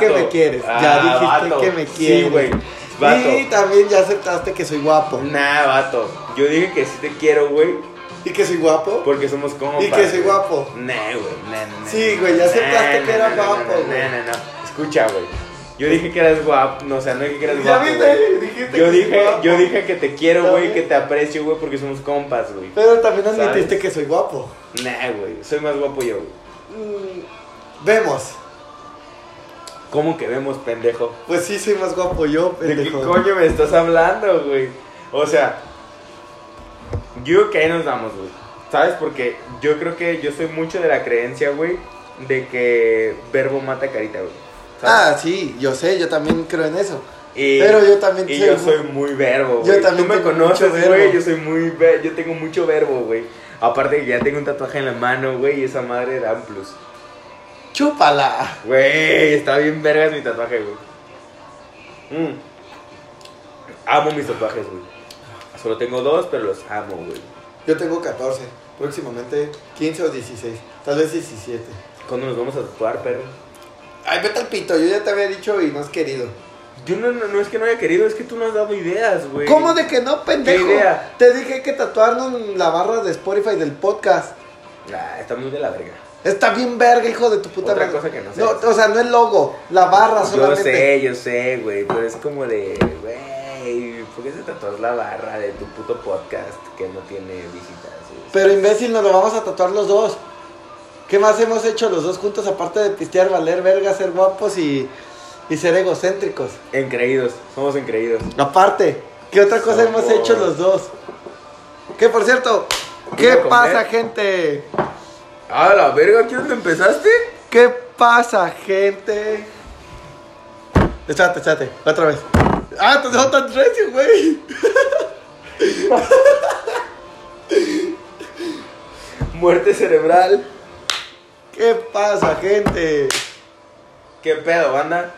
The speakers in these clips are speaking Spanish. que me quieres. ya dijiste que me quieres. Ah, Sí, güey. Vato. Y también ya aceptaste que soy guapo. Nah, vato. Yo dije que sí te quiero, güey. Y que soy guapo. Porque somos compas. Y que soy güey. guapo. Nah, güey. Nah, nah, nah. Sí, güey, ya aceptaste que era guapo, nah, nah, güey. nah, nah, nah. Escucha, güey. Yo dije que eras guapo. No, o sea, no dije que eras Ya guapo. güey. viste, dijiste Yo que soy dije, guapo. yo dije que te quiero, güey, También. que te aprecio, güey, porque somos compas, güey. Pero también admitiste ¿Sabes? que soy guapo. Nah, güey. Soy más guapo yo, güey. Mm, Vemos. ¿Cómo que vemos, pendejo? Pues sí, soy más guapo yo, ¿De qué pendejo. coño me estás hablando, güey? O sea, yo creo que ahí nos vamos, güey. ¿Sabes? Porque yo creo que yo soy mucho de la creencia, güey, de que verbo mata carita, güey. ¿Sabes? Ah, sí, yo sé, yo también creo en eso. Y- Pero yo también y soy yo muy- soy muy verbo, Yo güey. también Tú me tengo conoces, mucho güey. verbo. Yo soy muy ver- yo tengo mucho verbo, güey. Aparte que ya tengo un tatuaje en la mano, güey, y esa madre da un plus. Chúpala. Güey, está bien vergas mi tatuaje, güey. Mm. Amo mis tatuajes, güey. Solo tengo dos, pero los amo, güey. Yo tengo 14, próximamente 15 o 16, tal vez 17. ¿Cuándo nos vamos a tatuar, perro? Ay, vete al pito, yo ya te había dicho y no has querido. Yo no, no, no es que no haya querido, es que tú no has dado ideas, güey. ¿Cómo de que no, pendejo? ¿Qué idea? Te dije que tatuarnos en la barra de Spotify del podcast. Ah, está muy de la verga. Está bien verga, hijo de tu puta Otra madre. cosa que no sé. No, o sea, no el logo, la barra Yo solamente. sé, yo sé, güey, pero es como de, güey, ¿por qué se tatuas la barra de tu puto podcast que no tiene visitas? güey? Pero imbécil, nos lo vamos a tatuar los dos. ¿Qué más hemos hecho los dos juntos aparte de pistear, valer verga, ser guapos y, y ser egocéntricos? Encreídos, somos encreídos. Aparte, ¿qué otra cosa hemos Somos- hecho los dos? Que por cierto, ¿Ir ¿qué a comer? pasa, gente? Ah, la verga, ¿qué dónde empezaste? ¿Qué pasa, gente? Espérate, espérate, otra vez. Ah, te dejó tan recio, güey. Muerte cerebral. ¿Qué pasa, gente? ¿Qué pedo, banda?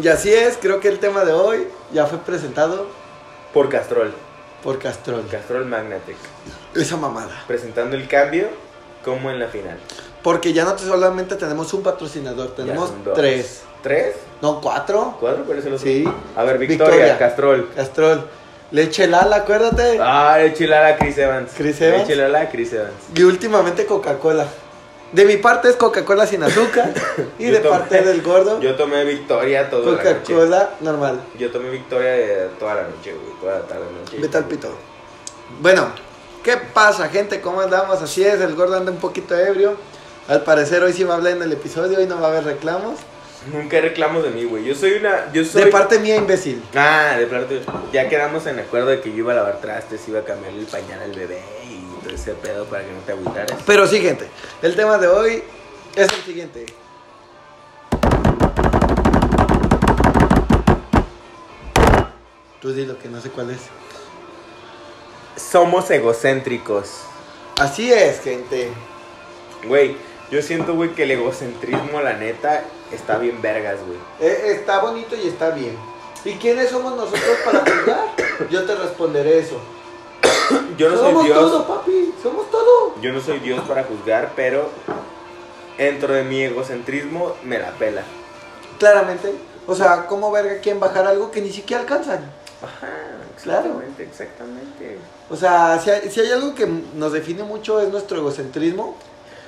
Y así es, creo que el tema de hoy ya fue presentado Por Castrol. por Castrol. Castrol Magnatec. Esa mamada. Presentando el cambio como en la final. Porque ya no solamente tenemos un patrocinador, tenemos Ya son dos. tres. ¿Tres? No, cuatro. ¿Cuatro? ¿Cuáles son los Sí. A ver, Victoria, Victoria. Castrol. Castrol. Leche Lala, acuérdate. Ah, Echilala Chris Evans. Chris Evans. Echilala Chris Evans. Y últimamente Coca-Cola. De mi parte es Coca-Cola sin azúcar. y Yo de tomé- parte del gordo, Yo tomé Victoria toda la noche. Coca-Cola normal. Yo tomé Victoria de toda la noche, güey. Toda la tarde noche. Vete al pito. Bueno, ¿qué pasa, gente? ¿Cómo andamos? Así es, el gordo anda un poquito ebrio. Al parecer hoy sí va a hablar en el episodio y no va a haber reclamos. Nunca hay reclamos de mí, güey. Yo soy una. Yo soy. De parte mía, imbécil. Ah, de parte. Ya quedamos en acuerdo de que yo iba a lavar trastes, iba a cambiarle el pañal al bebé y todo ese pedo para que no te agüitaras. Pero sí, gente, el tema de hoy es el siguiente. Tú dilo que no sé cuál es. Somos egocéntricos. Así es, gente. Güey, yo siento, güey, que el egocentrismo, la neta, está bien vergas, güey. Eh, está bonito y está bien. ¿Y quiénes somos nosotros para juzgar? Yo te responderé eso. Yo no somos soy Dios. todo, papi. Somos todo. Yo no soy Dios para juzgar, pero dentro de mi egocentrismo me la pela. Claramente. O sea, ¿cómo verga quién bajar algo que ni siquiera alcanzan? Ajá, exactamente, exactamente. O sea, si hay, si hay algo que nos define mucho es nuestro egocentrismo.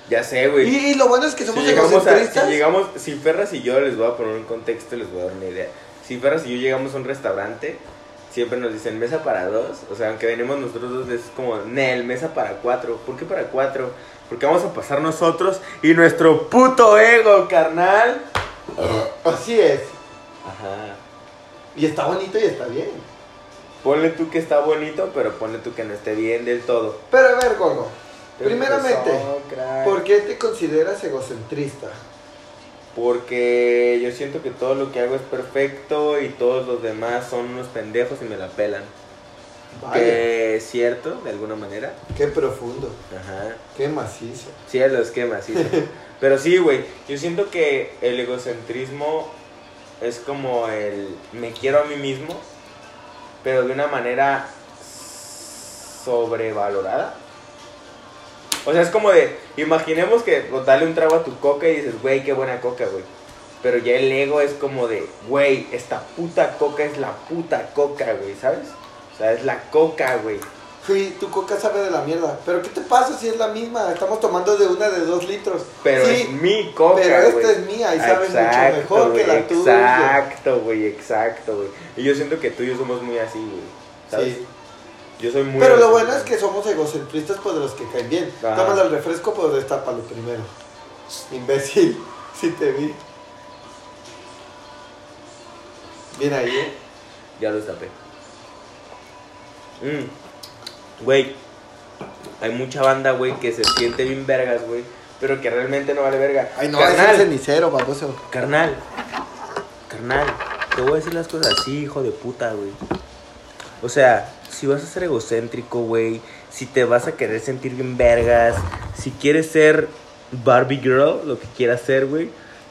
Ya sé, Y, güey. y lo bueno es que somos si llegamos a, egocentristas. si llegamos, si Ferras y yo les voy a poner un contexto y les voy a dar una idea. Si Ferras y yo llegamos a un restaurante, siempre nos dicen mesa para dos. O sea, aunque venimos nosotros dos, es como, Nel, mesa para cuatro. ¿Por qué para cuatro? Porque vamos a pasar nosotros y nuestro puto ego, carnal. Así es. Ajá. Y está bonito y está bien. Ponle tú que está bonito, pero ponle tú que no esté bien del todo. Pero a ver, Gordo. Primeramente, Empezó, crack. ¿por qué te consideras egocentrista? Porque yo siento que todo lo que hago es perfecto y todos los demás son unos pendejos y me la pelan. Vaya, Que es cierto, de alguna manera. qué profundo, Ajá. qué macizo. Cielos, qué macizo. Pero sí, güey, yo siento que el egocentrismo es como el me quiero a mí mismo, pero de una manera sobrevalorada. O sea, es como de, imaginemos que o, dale un trago a tu coca y dices, güey, qué buena coca, güey. Pero ya el ego es como de, güey, esta puta coca es la puta coca, güey, ¿sabes? O sea, es la coca, güey. Sí, tu coca sabe de la mierda. Pero ¿qué te pasa si es la misma? Estamos tomando de una de dos litros. Pero sí, es mi coca, pero esta güey. es mía y sabe mucho Exacto, mejor que güey, la tuya. Exacto, güey, exacto, güey. Y yo siento que tú y yo somos muy así, güey. ¿Sabes? Sí. Yo soy muy. Pero lo bueno es que somos egocentristas por los que caen bien. Ajá. Tomas el refresco, pues, pero destápalo primero. Imbécil, si te vi. Bien ahí, ¿eh? Ya lo destapé. Mm. Güey, hay mucha banda, güey, que se siente bien vergas, güey. Pero que realmente no vale verga. Ay, no, es carnal, el cenicero, baboso. carnal, carnal, te voy a decir las cosas así, hijo de puta, güey. O sea, si vas a ser egocéntrico, güey, si te vas a querer sentir bien vergas, si quieres ser Barbie Girl, lo que quieras ser, güey,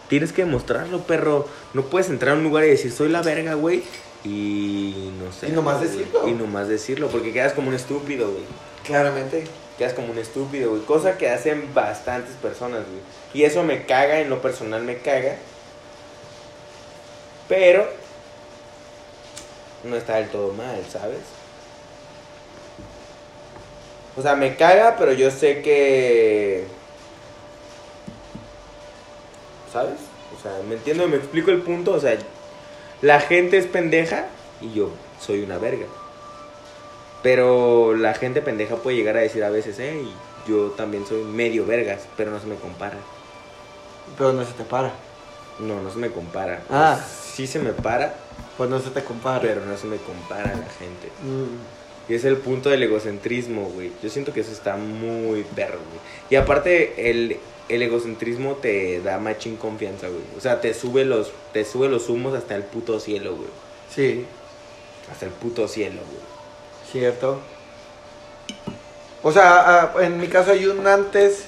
tienes que demostrarlo, perro. No puedes entrar a un lugar y decir, soy la verga, güey, y no sé. Y nomás güey, decirlo. Y nomás decirlo, porque quedas como un estúpido, güey Claramente. quedas como un estúpido, güey. Cosa que hacen bastantes personas, güey. Y eso me caga, en lo personal me caga. Pero no está del todo mal, ¿sabes? O sea, me caga, pero yo sé que... ¿Sabes? O sea, me entiendo, me explico el punto. O sea, la gente es pendeja y yo soy una verga. Pero la gente pendeja puede llegar a decir a veces, eh, yo también soy medio vergas, pero no se me compara. Pero no se te para. No, no se me compara. Ah. O sea, sí se me para, Pues no se te compara. pero no se me compara la gente. Mm. Y es el punto del egocentrismo, güey. Yo siento que eso está muy perro, güey. Y aparte, el, el egocentrismo te da machín confianza, güey. O sea, te sube los, te sube los humos hasta el puto cielo, güey. Sí, Hasta el puto cielo, güey. cierto. O sea, ah, en mi caso hay un antes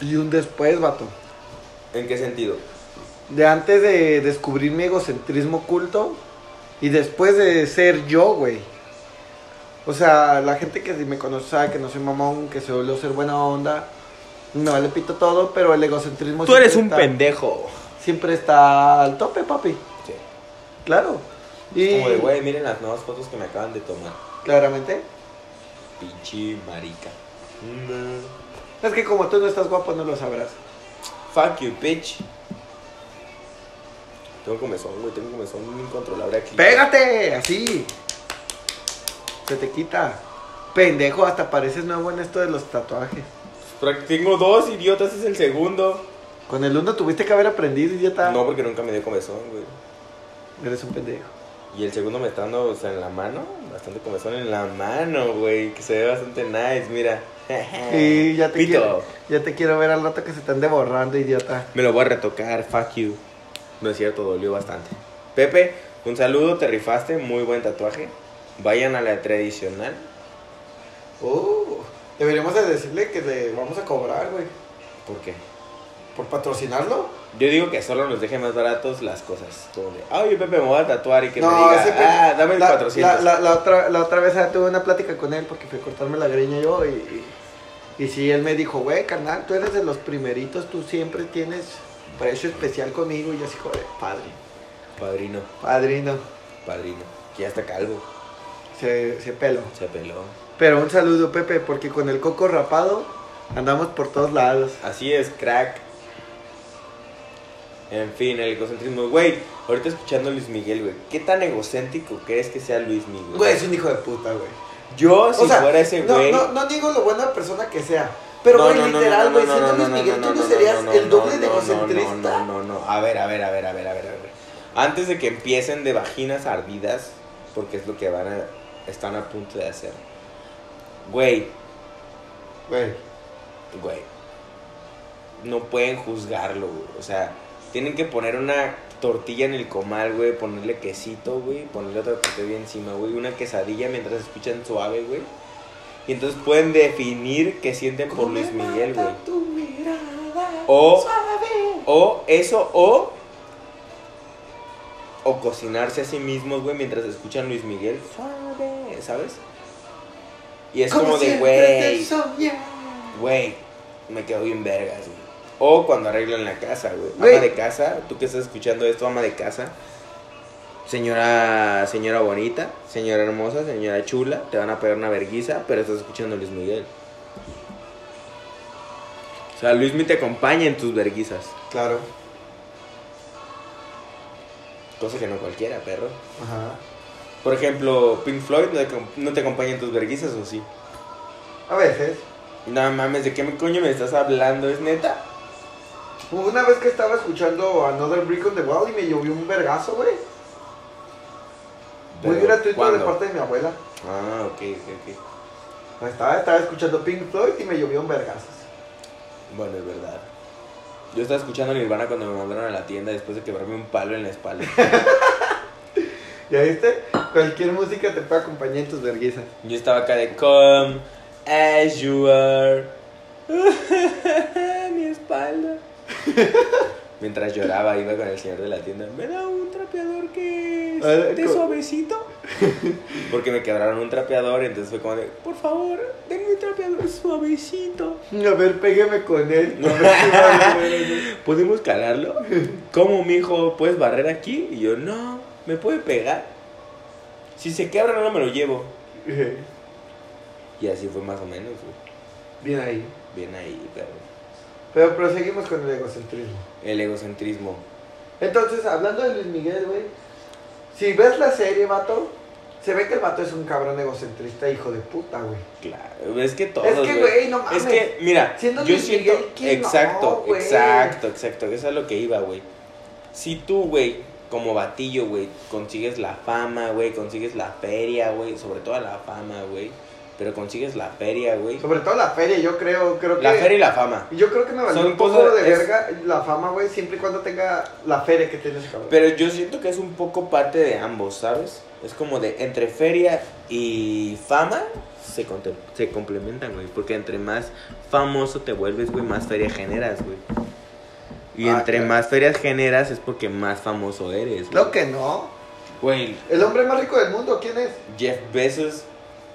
y un después, vato. ¿En qué sentido? De antes de descubrir mi egocentrismo oculto y después de ser yo, güey. O sea, la gente que me conoce sabe que no soy mamón, que suelo ser buena onda. No le pito todo, pero el egocentrismo Tú eres siempre un está- pendejo. Siempre está al tope, papi. Sí. Claro. Y Como de, güey, miren las nuevas fotos que me acaban de tomar. claramente. Pinche marica. Es que como tú no estás guapo, no lo sabrás. Fuck you, bitch. Tengo comezón, güey. Tengo comezón incontrolable aquí. ¡Pégate! Así. Se te quita. Pendejo, hasta pareces nuevo en esto de los tatuajes. Pero Tengo dos, idiotas. Es el segundo. Con el uno tuviste que haber aprendido, idiota. No, porque nunca me dio comezón, güey. Eres un pendejo. Y el segundo me está dando, o sea, en la mano. Bastante comezón en la mano, güey. Que se ve bastante nice, mira. Sí, ya te, quiero, Pito. ya te quiero ver al rato que se están devorando, idiota. Me lo voy a retocar, fuck you. No es cierto, dolió bastante. Pepe, un saludo, te rifaste, muy buen tatuaje. Vayan a la tradicional. Uh, deberíamos de decirle que le vamos a cobrar, güey. ¿Por qué? ¿Por patrocinarlo? Yo digo que solo nos deje más baratos las cosas. Como de, ay, Pepe, me voy a tatuar y que me No, diga, ese pe- ah, dame el la, 400. La, la- la otra, la otra vez ah, tuve una plática con él porque fui a cortarme la greña yo y, y, y sí, él me dijo, güey, carnal, tú eres de los primeritos, tú siempre tienes precio especial conmigo y yo así, joder, padre, Padrino, padrino, padrino. Que ya está calvo, se, se peló. se peló. Pero un saludo, Pepe, porque con el coco rapado andamos por todos lados. Así es, crack. En fin, el egocentrismo. Güey, ahorita escuchando a Luis Miguel, güey. ¿Qué tan egocéntrico crees que sea Luis Miguel? Güey, es un hijo de puta, güey. Yo, Oh, si o sea, fuera ese no, güey. no, no digo lo buena persona que sea. Pero, güey, literal, güey, siendo Luis Miguel, tú no serías el doble de egocentrista. No, no, no, no. A ver, a ver, a ver, a ver, a ver, a ver. Antes de que empiecen de vaginas ardidas, porque es lo que van a. están a punto de hacer. Güey, Güey, güey. No pueden juzgarlo, güey. O sea, tienen que poner una tortilla en el comal, güey. Ponerle quesito, güey. Ponerle otra tortilla encima, güey. Una quesadilla mientras escuchan suave, güey. Y entonces pueden definir qué sienten por Luis Miguel, güey. O- O eso, o. O cocinarse a sí mismos, güey, mientras escuchan Luis Miguel. Suave, ¿sabes? Y es como, de, güey, güey, me quedo bien vergas, güey. O cuando arreglan la casa, güey. Güey. Ama de casa, tú que estás escuchando esto, ama de casa. Señora, señora bonita, señora hermosa, señora chula, te van a pegar una verguiza, pero estás escuchando a Luis Miguel. O sea, Luis Miguel te acompaña en tus verguizas. Claro. Cosa que no cualquiera, perro. Ajá. Por ejemplo, Pink Floyd no te, acom- no te acompaña en tus verguizas, ¿o sí? A veces. No mames, ¿de qué me coño me estás hablando? ¿Es neta? Una vez que estaba escuchando Another Brick on the Wall y me llovió un vergazo, güey. Muy Pero, gratuito ¿cuándo? de parte de mi abuela. Ah, ok, ok, ok. Estaba, estaba escuchando Pink Floyd y me llovió un vergazo. Bueno, es verdad. Yo estaba escuchando Nirvana cuando me mandaron a la tienda después de quebrarme un palo en la espalda. ¿Ya viste? Cualquier música te puede acompañar en tus verguizas. Yo estaba acá de Come as you are. Mi espalda. Mientras lloraba, iba con el señor de la tienda. ¿Me da un trapeador que A ver, es de co- suavecito? Porque me quebraron un trapeador, entonces fue como de, por favor, denme un trapeador suavecito. A ver, pégueme con él. A ver si va a llover. ¿Podemos calarlo? ¿Cómo, mijo? ¿Puedes barrer aquí? Y yo, no, me puede pegar. Si se quebra, no me lo llevo. Y así fue más o menos, güey. Bien ahí. Bien ahí, pero... Pero proseguimos con el egocentrismo. El egocentrismo. Entonces, hablando de Luis Miguel, güey. Si ves la serie, vato, se ve que el vato es un cabrón egocentrista, hijo de puta, güey. Claro, es que todos, que, güey, no mames. Es que, mira, Siendo yo Luis siento... Miguel, ¿quién no, exacto, güey? exacto, exacto. Eso es lo que iba, güey. Si tú, güey, como batillo, güey, consigues la fama, güey, consigues la feria, güey, sobre todo la fama, güey, pero consigues la feria, güey. Sobre todo la feria, yo creo, creo que. La feria y la fama. Yo creo que me valió Son un poco cosas- de es- verga la fama, güey, siempre y cuando tenga la feria que tiene ese cabrón. Pero yo siento que es un poco parte de ambos, ¿sabes? Es como de entre feria y fama se, contem- se complementan, güey. Porque entre más famoso te vuelves, güey, más feria generas, güey. Y Ah, entre claro. más ferias generas es porque más famoso eres, güey. Claro que no. Güey, El hombre más rico del mundo, ¿quién es? Jeff Bezos.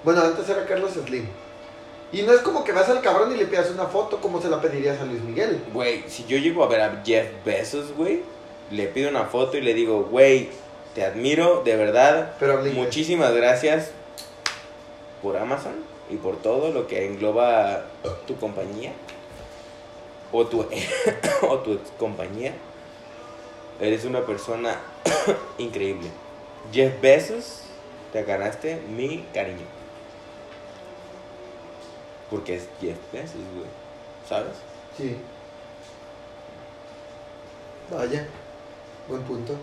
Bueno, antes era Carlos Slim. Y no es como que vas al cabrón y le pidas una foto como se la pedirías a Luis Miguel. Güey, si yo llego a ver a Jeff Bezos, güey, le pido una foto y le digo, güey, te admiro, de verdad, Pero habla inglés. Muchísimas gracias por Amazon y por todo lo que engloba tu compañía o tu, o tu ex compañía. Eres una persona increíble. Jeff Bezos, te ganaste mi cariño. Porque es Jeff Bezos, güey. ¿Sabes? Sí. Vaya. Buen punto.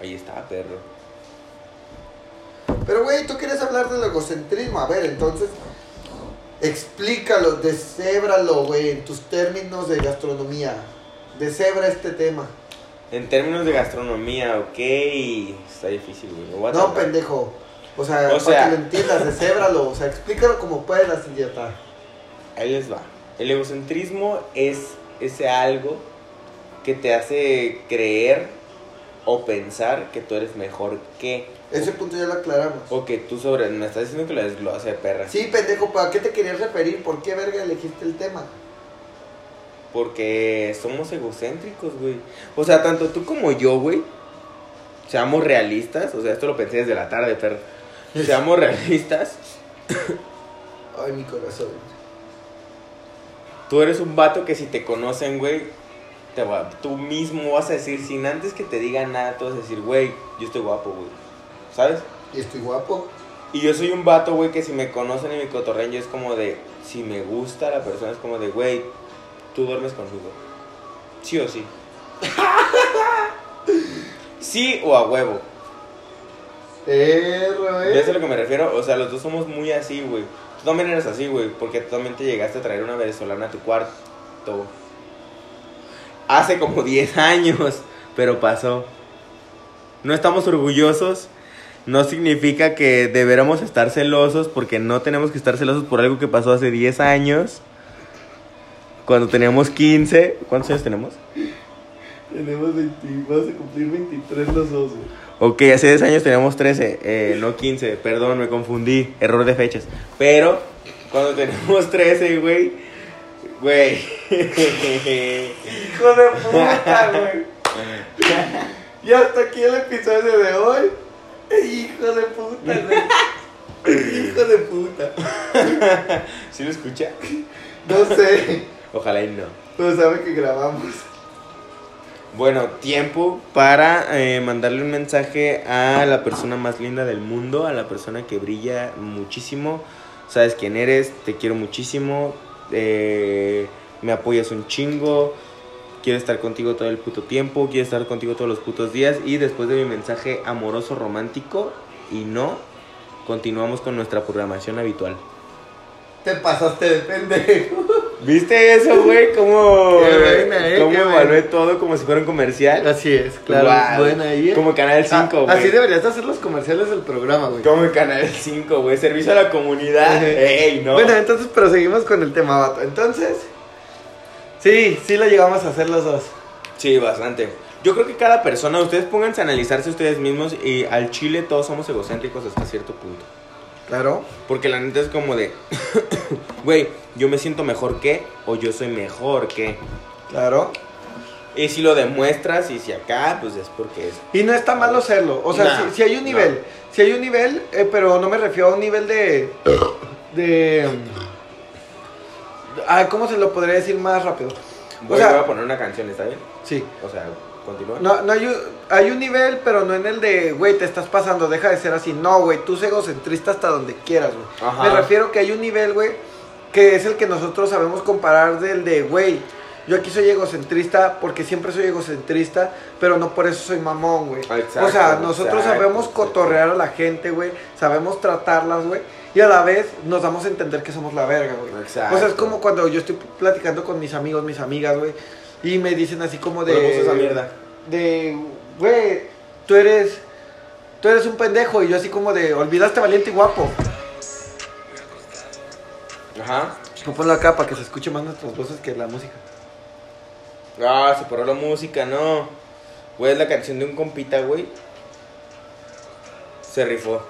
Ahí está, perro. Pero, güey, tú quieres hablar del egocentrismo. A ver, entonces, explícalo, descébralo, güey, en tus términos de gastronomía. Descebra este tema. En términos de gastronomía, ok. Está difícil, güey. Lo voy a No, tratar. pendejo. O sea, O sea- para que lo entiendas, descébralo. O sea, explícalo como puedas, idiota. Ahí les va. El egocentrismo es ese algo que te hace creer o pensar que tú eres mejor que. Ese punto ya lo aclaramos. O que tú sobre. Me estás diciendo que lo desglose, perra. Sí, pendejo, ¿para qué te querías referir? ¿Por qué verga elegiste el tema? Porque somos egocéntricos, güey. O sea, tanto tú como yo, güey. Seamos realistas. O sea, esto lo pensé desde la tarde, perra. Seamos realistas. Ay, mi corazón. Tú eres un vato que si te conocen, güey, te va- tú mismo vas a decir, sin antes que te digan nada, tú vas a decir, güey, yo estoy guapo, güey. ¿Sabes? Y estoy guapo. Y yo soy un vato, güey, que si me conocen y me cotorrean, yo es como de, si me gusta la persona, es como de, güey, tú duermes conmigo. Sí o sí. sí o a huevo. Perro, ¿Ves a eh. lo que me refiero? O sea, los dos somos muy así, güey. Tú también eres así, güey, porque tú también te llegaste a traer una venezolana a tu cuarto. Hace como 10 años, pero pasó. No estamos orgullosos. No significa que deberamos estar celosos, porque no tenemos que estar celosos por algo que pasó hace 10 años. Cuando teníamos 15. ¿Cuántos años tenemos? Tenemos 20, vas a cumplir 23 los dos, güey. Ok, hace 10 años teníamos 13, eh, no 15, perdón, me confundí, error de fechas. Pero cuando tenemos 13, güey, Güey. Hijo de puta, güey. Y hasta aquí el episodio de hoy. Hijo de puta, güey. Hijo de puta. ¿Sí lo escucha? No sé. Ojalá y no. No sabe que grabamos. Bueno, tiempo para eh, mandarle un mensaje a la persona más linda del mundo, a la persona que brilla muchísimo. Sabes quién eres, te quiero muchísimo, eh, me apoyas un chingo, quiero estar contigo todo el puto tiempo, quiero estar contigo todos los putos días. Y después de mi mensaje amoroso, romántico y no, continuamos con nuestra programación habitual. Te pasaste de pendejo. ¿Viste eso, güey? ¿Cómo, Qué buena, eh, cómo qué buena. evalué todo como si fuera un comercial? Así es, Guau. ahí. Como Canal 5, güey. así deberías de hacer los comerciales del programa, güey. Como Canal 5, güey. Servicio a la comunidad. Ajá. Ey, no. Bueno, entonces, pero seguimos con el tema, vato. Entonces, sí, sí lo llegamos a hacer los dos. Sí, bastante. Yo creo que cada persona, ustedes pónganse a analizarse ustedes mismos y al chile todos somos egocéntricos hasta cierto punto. Claro. Porque la neta es como de, güey, yo me siento mejor que o yo soy mejor que. Claro. Y si lo demuestras y si acá, pues es porque es. Y no está malo serlo. O sea, Nah, si, si hay un nivel. Si hay un nivel, eh, pero no me refiero a un nivel de. de. Ah, ¿cómo se lo podría decir más rápido? Voy, sea- voy a poner una canción, ¿está bien? Sí. O sea, continúa. No, no hay, un, hay un nivel, pero no en el de, güey, te estás pasando, deja de ser así. No, güey, tú es egocentrista hasta donde quieras, güey. Ajá. Me refiero que hay un nivel, güey, que es el que nosotros sabemos comparar del de, güey, yo aquí soy egocentrista porque siempre soy egocentrista, pero no por eso soy mamón, güey. Exacto, o sea, nosotros exacto, sabemos exacto. cotorrear a la gente, güey, sabemos tratarlas, güey, y a la vez nos damos a entender que somos la verga, güey. Exacto. O sea, es como cuando yo estoy platicando con mis amigos, mis amigas, güey, y me dicen así como de... Pero vos esa mierda. De, güey, tú eres, tú eres un pendejo. Y yo así como de, olvidaste valiente y guapo. Ajá. Pues ponlo acá para que se escuche más nuestras voces que la música. Ah, se paró la música, no. Güey, es la canción de un compita, güey. Se rifó.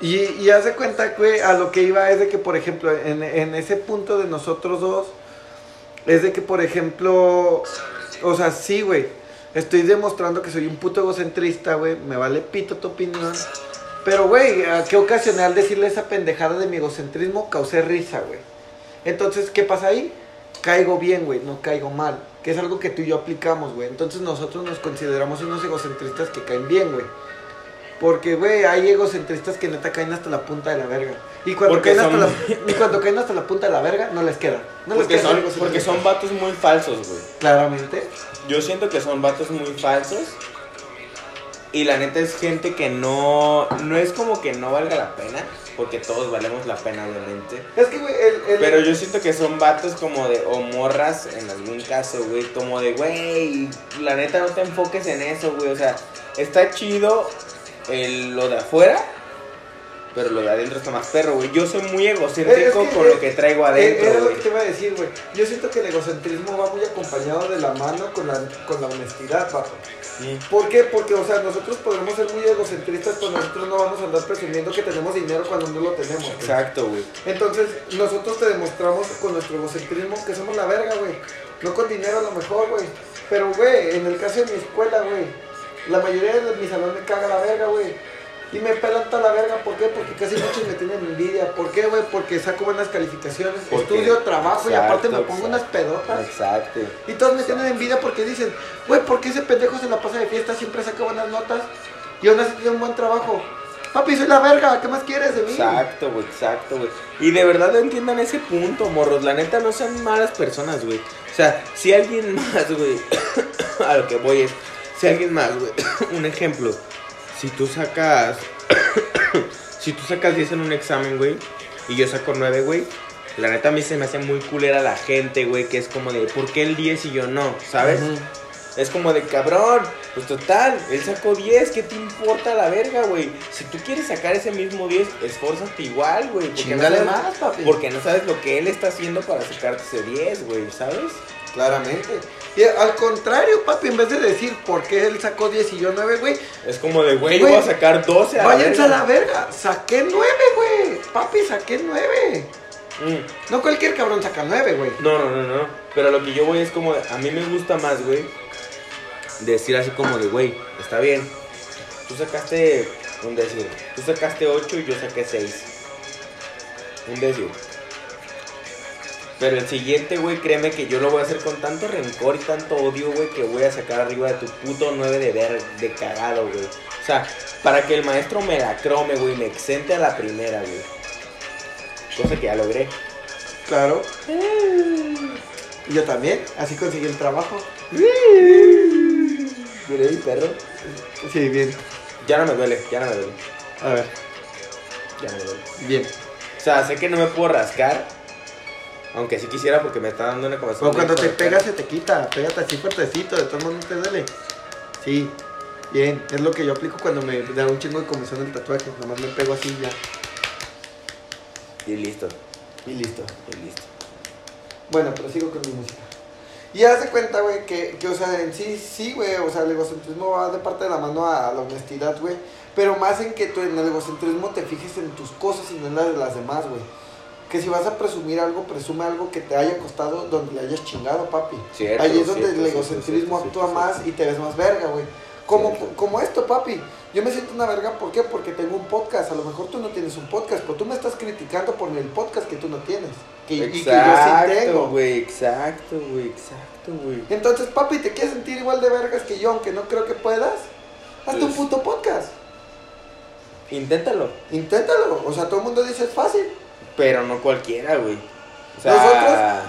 Y, y haz de cuenta, güey, a lo que iba es de que, por ejemplo, en, en ese punto de nosotros dos, es de que, por ejemplo, o sea, sí, güey, estoy demostrando que soy un puto egocentrista, güey, me vale pito tu opinión. Pero, güey, ¿a qué ocasioné al decirle esa pendejada de mi egocentrismo? Causé risa, güey. Entonces, ¿qué pasa ahí? Caigo bien, güey, no caigo mal. Que es algo que tú y yo aplicamos, güey. Entonces nosotros nos consideramos unos egocentristas que caen bien, güey. Porque, güey, hay egocentristas que neta caen hasta la punta de la verga. Y cuando, Porque caen, hasta son- la, y cuando caen hasta la punta de la verga, no les queda. No les porque, queda ser son, porque egocentristas. son vatos muy falsos, güey. Claramente. Yo siento que son vatos muy falsos. Y la neta es gente que no. No es como que no valga la pena. Porque todos valemos la pena, obviamente. Es que, güey, el, eh, el- Pero yo siento que son vatos como de. O morras en algún caso, güey. Como de, güey. La neta no te enfoques en eso, güey. O sea, está chido el- lo de afuera. Pero lo de adentro está más perro, güey. Yo soy muy egocéntrico Es que- con lo que traigo Eh, adentro, Era lo güey. que te iba a decir, güey. Yo siento que el egocentrismo va muy acompañado de la mano con la, con la honestidad, papo. Mm. ¿Por qué? Porque, o sea, nosotros podremos ser muy egocentristas, pero nosotros no vamos a andar presumiendo que tenemos dinero cuando no lo tenemos. güey. Exacto, güey. Entonces, nosotros te demostramos con nuestro egocentrismo que somos la verga, güey. No con dinero a lo mejor, güey. Pero, güey, en el caso de mi escuela, güey, la mayoría de mi salón me caga la verga, güey. Y me pelan toda la verga, ¿por qué? Porque casi muchos me tienen envidia. ¿Por qué, güey? Porque saco buenas calificaciones, Porque- estudio, trabajo y Exacto, aparte me pongo exacto. unas pedotas. Exacto. Y todos me tienen envidia porque dicen, güey, ¿por qué ese pendejo se la pasa de fiesta, siempre saca buenas notas y aún así tiene un buen trabajo? Papi, soy la verga, ¿qué más quieres de mí? Exacto, güey, exacto, güey. Y de verdad no entiendan ese punto, morros. La neta no sean malas personas, güey. O sea, si alguien más, güey, a lo que voy es, si alguien más, güey, un ejemplo, si tú sacas, si tú sacas 10 en un examen, güey, y yo saco 9, güey, la neta a mí se me hace muy culera la gente, güey, que es como de, ¿por qué el 10 y yo no? ¿Sabes? Ujú. Es como de cabrón, pues total, él sacó 10, ¿qué te importa la verga, güey? Si tú quieres sacar ese mismo 10, esfuérzate igual, güey. porque no Chingale sabes- más, papi. Porque no sabes lo que él está haciendo para sacarte ese 10, güey, ¿sabes? Claramente. Y al contrario, papi, en vez de decir por qué él sacó 10 y yo 9, güey, Es como de, güey, Güey, voy a sacar 12 a la váyanse a verga. la verga. Saqué 9, güey. Papi, saqué 9. Mm. No cualquier cabrón saca nueve, güey. No, no, no, no. Pero lo que yo voy es como, a mí me gusta más, güey, decir así como de, güey, está bien. Tú sacaste un décimo. Tú sacaste 8 y yo saqué 6. Un décimo. Pero el siguiente, güey, créeme que yo lo voy a hacer con tanto rencor y tanto odio, güey, que voy a sacar arriba de tu puto 9 de ver de cagado, güey. O sea, para que el maestro me la crome, güey, me exente a la primera, güey. Cosa que ya logré. Claro. Y yo también, así conseguí el trabajo. Mire, perro. Sí, bien. Ya no me duele, ya no me duele. A ver, Ya no me duele. bien. O sea, sé que no me puedo rascar. Aunque sí quisiera porque me está dando una comezón. O cuando te bien fuerte. pegas se te quita, pégate así fuertecito, de todas maneras no te duele. Sí, bien, es lo que yo aplico cuando me da un chingo de comezón el tatuaje, nomás me pego así y ya, Y listo, y listo. y listo. Bueno, pero sigo con mi música. Y ya se cuenta, güey, que, que, o sea, en sí, sí, güey, o sea, el egocentrismo va de parte de la mano a, a la honestidad, güey. Pero más en que tú en el egocentrismo te fijes en tus cosas y no en las de las demás, güey. Que si vas a presumir algo, presume algo que te haya costado donde le hayas chingado, papi. Cierto, Ahí es donde cierto, el cierto, egocentrismo cierto, actúa cierto, más cierto. y te ves más verga, güey. Como, Cierto. como esto, papi. Yo me siento una verga, ¿por qué? Porque tengo un podcast. A lo mejor tú no tienes un podcast, pero tú me estás criticando por el podcast que tú no tienes. Que, y que yo sí Exacto, tengo. güey, exacto, güey, exacto, güey. Entonces, papi, ¿te quieres sentir igual de vergas que yo, aunque no creo que puedas? Hazte un Pues- puto podcast. Inténtalo. Inténtalo. O sea, todo el mundo dice es fácil. Pero no cualquiera, güey. O sea,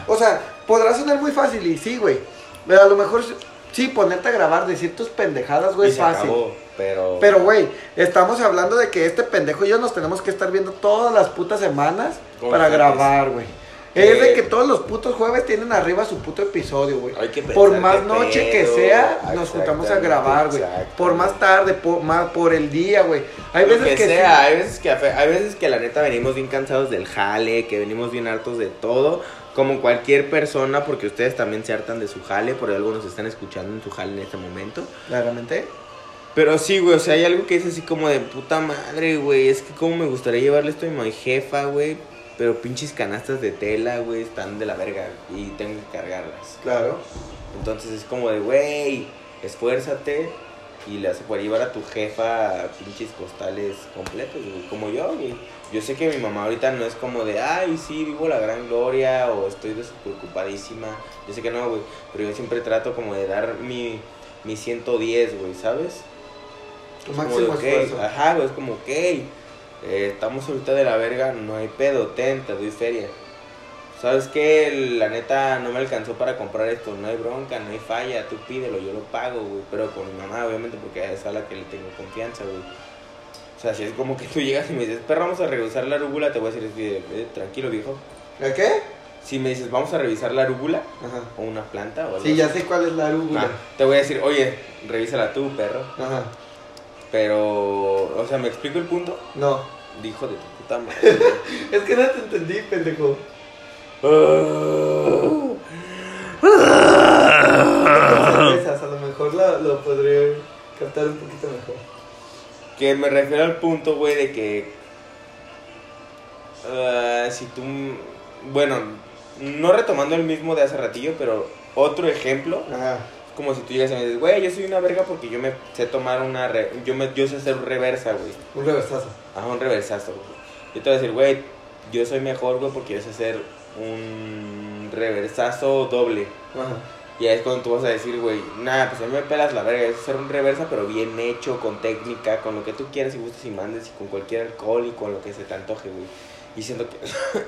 Nosotros, o sea, podrá sonar muy fácil y sí, güey. Pero a lo mejor sí, ponerte a grabar, decir tus pendejadas, güey, y es se pues, fácil. acabó, pero... Pero, güey, estamos hablando de que este pendejo y yo nos tenemos que estar viendo todas las putas semanas Con para gente. grabar, güey. Eh. Es de que todos los putos jueves tienen arriba su puto episodio, güey. Hay que pensar Por qué más noche que pedo. sea, nos juntamos a Exactamente, grabar, güey. exacto. Por más tarde, por, más, por el día, güey. Hay Lo veces que, sí. sea, eh. hay veces que afe- hay veces que la neta venimos bien cansados del jale, que venimos bien hartos de todo, como cualquier persona, porque ustedes también se hartan de su jale, por algo nos están escuchando en su jale en este momento. Claramente. Pero sí, güey, o sea, hay algo que es así como de puta madre, güey. Es que como me gustaría llevarle esto a mi jefa, güey. Pero pinches canastas de tela, güey, están de la verga y tengo que cargarlas. Claro. Entonces es como de, güey, esfuérzate y le hace por llevar a tu jefa pinches costales completos, güey, como yo, güey. Yo sé que mi mamá ahorita no es como de, ay, sí, vivo la gran gloria o estoy desocupadísima. Yo sé que no, güey, pero yo siempre trato como de dar mi, mi 110, güey, ¿sabes? Tu Es Pues máximo como de, "Ok", esfuerzo. Ajá, güey, es como, ok, eh, estamos ahorita de la verga, no hay pedo, ten, te doy feria. ¿Sabes qué? La neta no me alcanzó para comprar esto, no hay bronca, no hay falla, tú pídelo, yo lo pago, güey. Pero con mi mamá, obviamente, porque es a la que le tengo confianza, güey. O sea, si es como que tú llegas y me dices, perro, vamos a revisar la arúgula, te voy a decir, "Eh, eh, tranquilo, viejo. ¿La qué? Si me dices, vamos a revisar la arúgula, Ajá. o una planta, o algo Sí, ya así, sé cuál es la arúgula. ah, te voy a decir, oye, revísala tú, perro. Ajá. Pero, o sea, ¿me explico el punto? No. Dijo de tu puta madre. Es que no te entendí, pendejo. Sorpresas, a lo mejor lo, lo podré captar un poquito mejor. que me refiero al punto, güey, de que. ah, si tú. Bueno, no retomando el mismo de hace ratillo, pero otro ejemplo. Ajá. Como si tú llegas y me dices, güey, yo soy una verga porque yo me sé tomar una. re- yo, me, yo sé hacer reversa, güey. Un reversazo. Ajá, un reversazo, güey. Yo te voy a decir, güey, yo soy mejor, güey, porque yo sé hacer un reversazo doble. Ajá. Y ahí es cuando tú vas a decir, güey, nada, pues a mí me pelas la verga, es hacer un reversa, pero bien hecho, con técnica, con lo que tú quieras y gustes y mandes, y con cualquier alcohol y con lo que se te antoje, güey. Y siento que,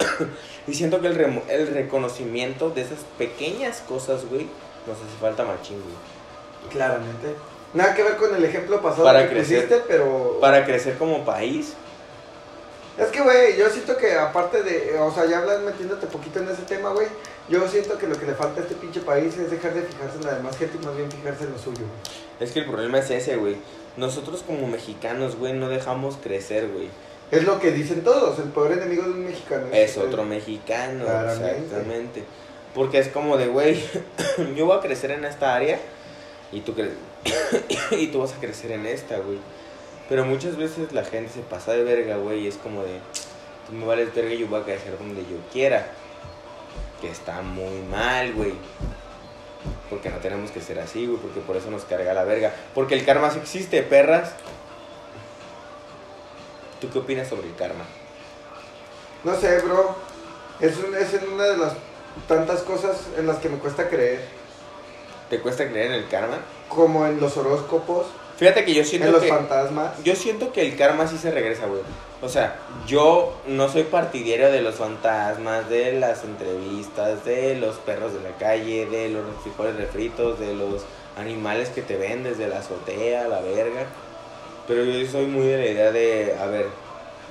y siento que el, remo- el reconocimiento de esas pequeñas cosas, güey, nos hace falta machín, güey. Claramente. Nada que ver con el ejemplo pasado Para que crecer. pusiste, pero. Para crecer como país, Es que, güey, yo siento que aparte de. O sea, ya hablan metiéndote poquito en ese tema, güey. Yo siento que lo que le falta a este pinche país es dejar de fijarse en la demás gente y más bien fijarse en lo suyo, güey. es que el problema es ese, güey. Nosotros como mexicanos, güey, no dejamos crecer, güey. Es lo que dicen todos. El peor enemigo de un mexicano Es el- otro mexicano, Este, Claramente. exactamente. Porque es como de, güey, yo voy a crecer en esta área y tú, cre- y tú vas a crecer en esta, güey. Pero muchas veces la gente se pasa de verga, güey, y es como de, Tú me vales verga y yo voy a crecer donde yo quiera. Que está muy mal, güey. Porque no tenemos que ser así, güey. Porque por eso nos carga la verga. Porque el karma sí existe, perras. ¿Tú qué opinas sobre el karma? No sé, bro. Es, un- es en una de las tantas cosas en las que me cuesta creer. ¿Te cuesta creer en el karma? Como en los horóscopos, Fíjate que yo siento en los que. fantasmas. Yo siento que el karma sí se regresa, güey. O sea, yo no soy partidario de los fantasmas, de las entrevistas, de los perros de la calle, de los frijoles refritos, de los animales que te ven desde la azotea, la verga. Pero yo soy muy de la idea de, a ver,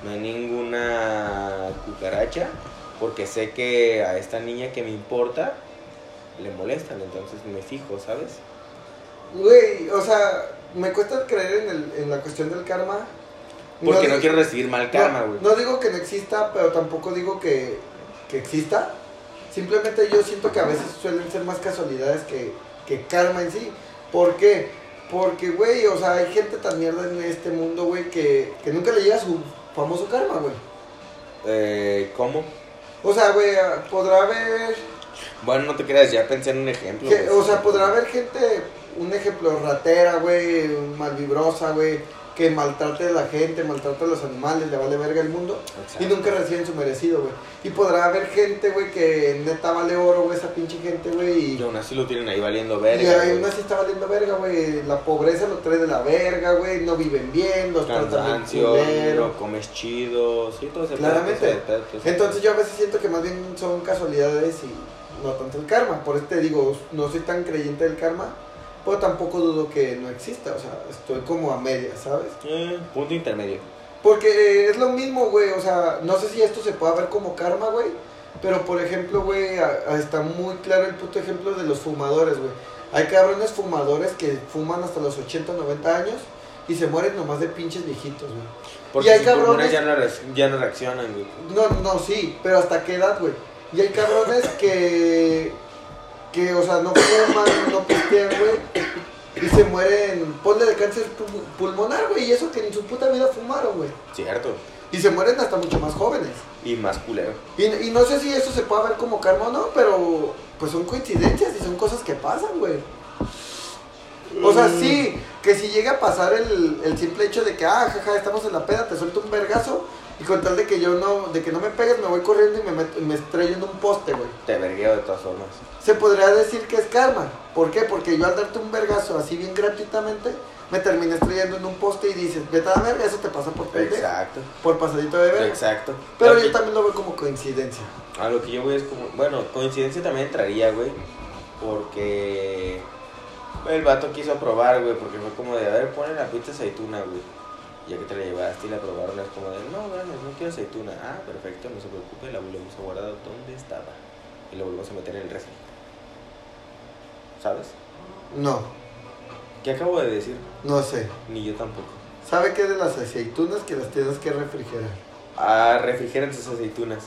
no hay ninguna cucaracha, porque sé que a esta niña que me importa le molestan, entonces me fijo, ¿sabes? Güey, o sea, me cuesta creer en, el- en la cuestión del karma. Porque no, di- quiero recibir mal karma, güey. No, no digo que no exista, pero tampoco digo que, que exista. Simplemente yo siento que a veces suelen ser más casualidades que, que karma en sí. ¿Por qué? Porque, güey, o sea, hay gente tan mierda en este mundo, güey, que, que nunca le llega su famoso karma, güey. Eh, ¿Cómo? O sea, güey, podrá haber... Bueno, no te creas, ya pensé en un ejemplo. que- güey. o sea, podrá haber gente, un ejemplo, ratera, güey, malvibrosa, güey, que maltrate a la gente, maltrate a los animales, le vale verga el mundo. Exacto. Y nunca reciben su merecido, güey. Y podrá haber gente, güey, que neta vale oro, güey, esa pinche gente, güey. Y Y, aún así lo tienen ahí valiendo y verga. ahí güey. una sí está valiendo verga, güey. La pobreza lo trae de la verga, güey. No viven bien, los tratan de Cansancio, culero. no comes chido, sí, todo ese pedo, Claramente. todo ese pedo, todo ese Entonces pedo. yo a veces siento que más bien son casualidades y no tanto el karma. Por eso te digo, no soy tan creyente del karma, pero tampoco dudo que no exista. O sea, estoy como a medias, ¿sabes? Eh, punto intermedio. Porque eh, es lo mismo, güey. O sea, no sé si esto se puede ver como karma, güey. Pero, por ejemplo, güey, a- a- está muy claro el puto ejemplo de los fumadores, güey. Hay cabrones fumadores que fuman hasta los 80, 90 años y se mueren nomás de pinches viejitos, güey. Porque Y hay si tú cabrones- mueres ya no, re- ya no reaccionan, güey. No, no, sí, pero ¿hasta qué edad, güey? Y hay cabrones que, que o sea, no fuman, no pistean, güey. Y se mueren, ponle de cáncer pul- pulmonar, güey. Y eso que en su puta vida fumaron, güey. Cierto. Y se mueren hasta mucho más jóvenes. Y más culero. Y, y no sé si eso se puede ver como karma o no, pero pues son coincidencias y son cosas que pasan, güey. O sea, Mm. sí, que si llega a pasar el, el simple hecho de que, ah, jaja, estamos en la peda, te suelto un vergazo y con tal de que yo no, de que no me pegues, me voy corriendo y me, meto- me estrello en un poste, güey. Te vergueo de todas formas. Se podría decir que es karma. ¿Por qué? Porque yo al darte un vergazo así bien gratuitamente, me terminé estrellando en un poste y dices, vete a la verga, eso te pasa por, pende- Exacto. por pasadito de verga. Exacto. Pero Lo que- yo también lo veo como coincidencia. A lo que yo voy es como. Bueno, coincidencia también entraría, güey. Porque. El vato quiso probar, güey. Porque fue como de, a ver, ponle la pizza aceituna, güey. Ya que te la llevaste y la probaron, es como de, no, gracias, no quiero aceituna. Ah, perfecto, no se preocupe, la volvemos a guardar donde estaba. Y la volvemos a meter en el refri. ¿Sabes? No, ¿Qué acabo de decir? no sé. Ni yo tampoco. ¿Sabe qué de las aceitunas que las tienes que refrigerar? Ah, refrigeren sus aceitunas.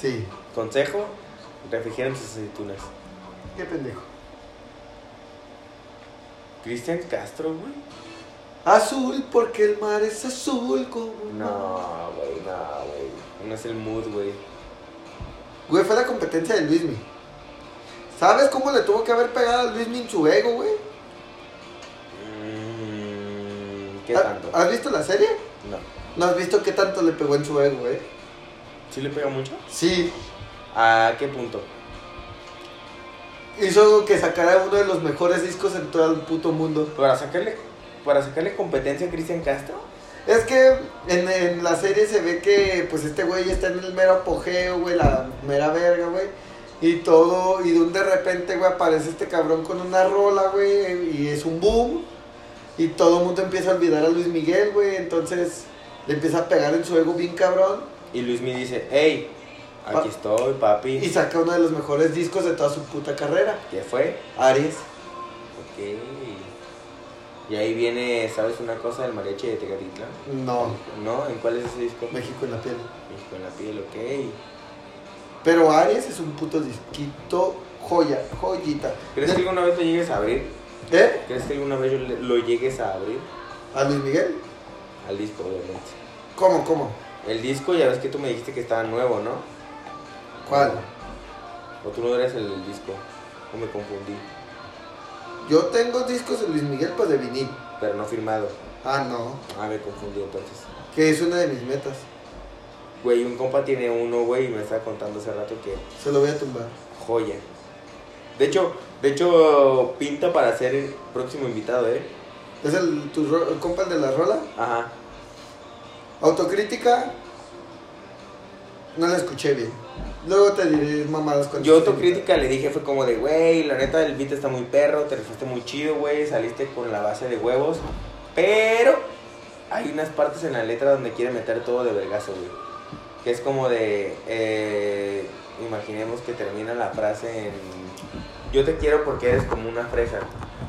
Sí. Consejo, refrigeren sus aceitunas. Qué pendejo. Cristian Castro, güey. Azul porque el mar es azul como un mar. No, güey, no, güey. No es el mood, güey. Güey, fue la competencia de Luismi. ¿Sabes cómo le tuvo que haber pegado a Luismi en su ego, güey? Mm, ¿Qué ¿Ha- tanto? ¿Has visto la serie? No. ¿No has visto qué tanto le pegó en su ego, güey? ¿Sí le pega mucho? Sí. ¿A qué punto? Hizo que sacara uno de los mejores discos en todo el puto mundo. Para sacarle, para sacarle competencia a Cristian Castro. Es que en, en la serie se ve que pues este güey está en el mero apogeo, güey, la mera verga, güey. Y todo, y de un de repente, güey, aparece este cabrón con una rola, güey, y es un boom. Y todo el mundo empieza a olvidar a Luis Miguel, güey. Entonces le empieza a pegar en su ego bien cabrón. Y Luis me dice, hey, Pa- aquí estoy, papi. Y saca uno de los mejores discos de toda su puta carrera, ¿Qué fue? Aries. Ok. Y ahí viene, ¿sabes una cosa del mariachi de Tecatitlán? No, No, ¿en cuál es ese disco? México en la piel. México en la piel, ok. Pero Aries es un puto disquito joya, joyita. ¿Crees que alguna vez lo llegues a abrir? ¿Eh? ¿Crees que alguna vez yo le- lo llegues a abrir? ¿A Luis Miguel? Al disco, obviamente. ¿Cómo, cómo? El disco, ya ves que tú me dijiste que estaba nuevo, ¿no? ¿Cuál? O tú no eres el del disco. O me confundí. Yo tengo discos de Luis Miguel, pues de vinil. Pero no firmado. Ah, no. Ah, me confundí entonces. Que es una de mis metas. Güey, un compa tiene uno, güey, y me estaba contando hace rato que Se lo voy a tumbar. joya. De hecho, de hecho, pinta para ser el próximo invitado, ¿eh? ¿Es el, tu ro- el compa el de la rola? Ajá. Autocrítica. No la escuché bien. Luego te diré mamadas con Yo autocrítica le dije, fue como de, güey, la neta, el beat está muy perro, te rifaste muy chido, güey, saliste con la base de huevos, pero hay unas partes en la letra donde quiere meter todo de vergazo, güey. Que es como de, eh, imaginemos que termina la frase en, yo te quiero porque eres como una fresa.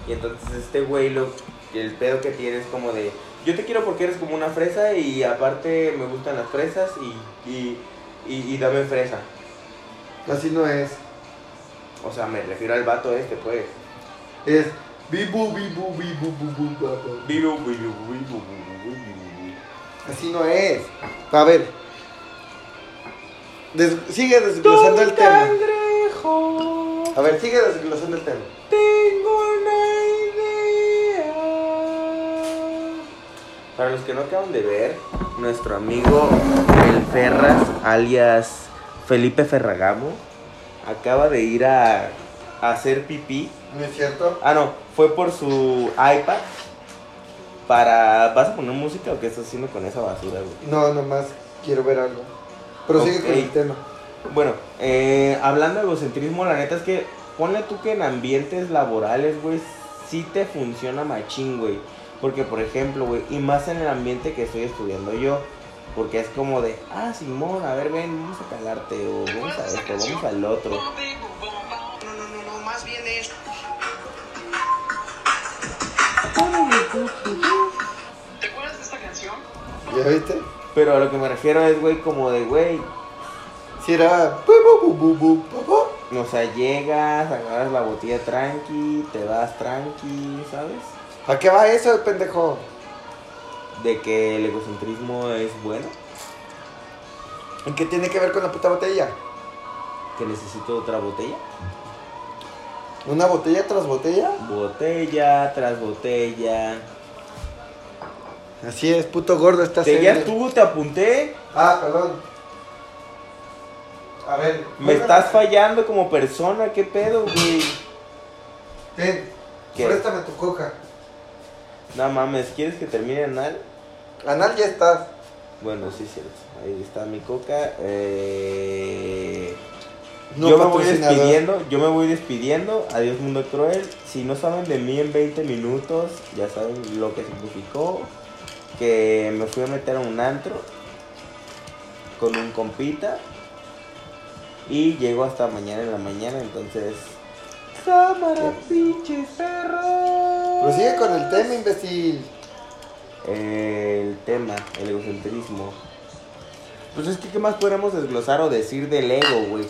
Y entonces este güey, lo, el pedo que tiene es como de, yo te quiero porque eres como una fresa y aparte me gustan las fresas y, y, y, y dame fresa. Así no es. O sea, me refiero al vato este, pues. Es bibu, bibu, bibu, bibu, bibu. Así no es. A ver. Des- sigue desglosando el tema. cangrejo, A ver, sigue desglosando el tema. tengo una idea. Para los que no acaban de ver, nuestro amigo El Ferras, alias Felipe Ferragamo, acaba de ir a, a hacer pipí. ¿No es cierto? Ah, no, fue por su iPad. Para. ¿Vas a poner música o qué estás haciendo con esa basura, güey? No, nomás quiero ver algo. Prosigue Ok. con el tema. Bueno, eh, hablando de egocentrismo, la neta es que ponle tú que en ambientes laborales, güey, sí te funciona machín, güey. Porque, por ejemplo, güey, y más en el ambiente que estoy estudiando yo, porque es como de, ah, Simón, a ver, ven, vamos a calarte, o vamos a esto, vamos al otro. No, no, no, no, más bien es. ¿Te acuerdas de esta canción? ¿Ya viste? Pero a lo que me refiero es, güey, como de, güey, Si era. bu, bu, bu, bu, bu, bu, bu. o sea, llegas, agarras la botella tranqui, te vas tranqui, ¿sabes? ¿A qué va eso, pendejo? De que el egocentrismo es bueno, ¿En qué tiene que ver con la puta botella? que necesito otra botella. ¿Una botella tras botella? Botella tras botella. Así es, puto gordo, estás Seguías ebrio. tú, te apunté. Ah, perdón. A ver. Me estás fallando como persona, qué pedo, güey. Ven, ¿Qué? préstame tu coca. No mames, ¿quieres que termine anal? Anal ya estás. Bueno, sí, sí. Ahí está mi coca. Eh, No yo me voy patrocinador. despidiendo, yo me voy despidiendo. Adiós, mundo cruel. Si no saben de mí en 20 minutos, ya saben lo que significó. Que me fui a meter a un antro con un compita. Y llego hasta mañana en la mañana, entonces. ¡Cámara, pinches perros! Prosigue con el tema, imbécil. El tema, el egocentrismo. Pues es que, ¿qué más podemos desglosar o decir del ego, güey?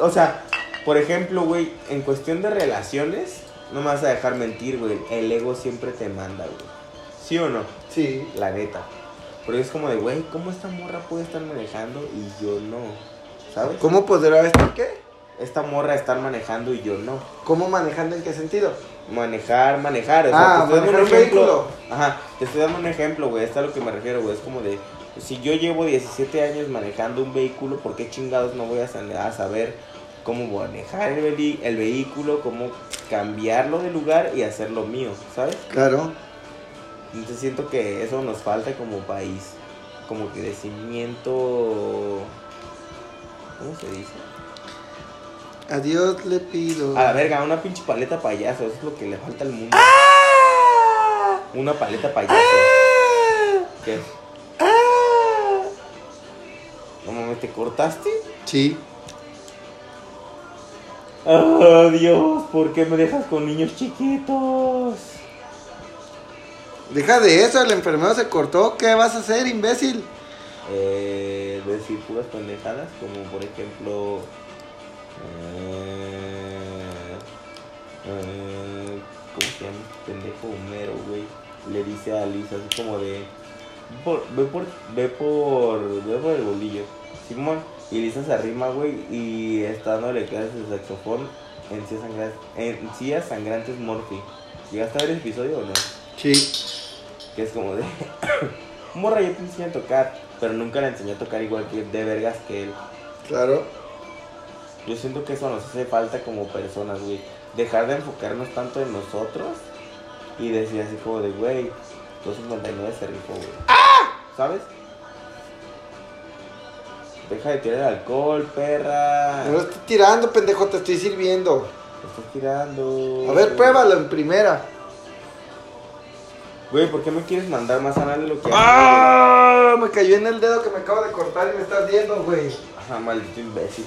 O sea, por ejemplo, güey, en cuestión de relaciones, no me vas a dejar mentir, güey. El ego siempre te manda, güey. ¿Sí o no? Sí. La neta. Porque es como de, güey, ¿cómo esta morra puede estar manejando y yo no? ¿Sabes? ¿Cómo podrá este estar qué? Esta morra estar manejando y yo no. ¿Cómo manejando en qué sentido? manejar, manejar. O sea, Ah, te estoy dando un manejar ejemplo. vehículo. Ajá, te estoy dando un ejemplo, güey. Es a lo que me refiero, güey. Es como de, si yo llevo 17 años manejando un vehículo, ¿por qué chingados no voy a, san- a saber cómo manejar el, veli- el vehículo, cómo cambiarlo de lugar y hacerlo mío, ¿sabes? Claro. Entonces siento que eso nos falta como país, como crecimiento... ¿Cómo se dice? A Dios le pido. A la verga, una pinche paleta payaso, eso es lo que le falta al mundo. Una paleta payaso. ¿Qué? ¡Ah! No mames, ¿te cortaste? Sí. ¡Ah, Dios! ¿Por qué me dejas con niños chiquitos? Deja de eso, el enfermero se cortó. ¿Qué vas a hacer, imbécil? Eh, decir puras pendejadas, como por ejemplo... eh, eh, ¿Cómo se llama? este Pendejo Homero, güey. Le dice a Lisa así como de... por, ve por, ve por, ve por el bolillo, Simón. Y Lisa se arrima, güey, y está dándole clases de saxofón en Sillas Sangrantes, en Sillas Sangrantes Morphy. ¿Llegaste a ver el episodio o no? Sí. Que es como de, morra, yo te enseñé a tocar, pero nunca le enseñé a tocar igual que de vergas que él. Claro. Yo siento que eso nos hace falta como personas, güey. Dejar de enfocarnos tanto en nosotros y decir así como de, güey, 259 se rifó, güey. ¡Ah! ¿Sabes? Deja de tirar el alcohol, perra. No lo estoy tirando, pendejo, te estoy sirviendo. Te estás tirando. A ver, pruébalo en primera. Güey, ¿por qué me quieres mandar más anal de lo que ¡Ah! Me cayó en el dedo que me acabo de cortar y me estás viendo, güey. Ajá, maldito imbécil.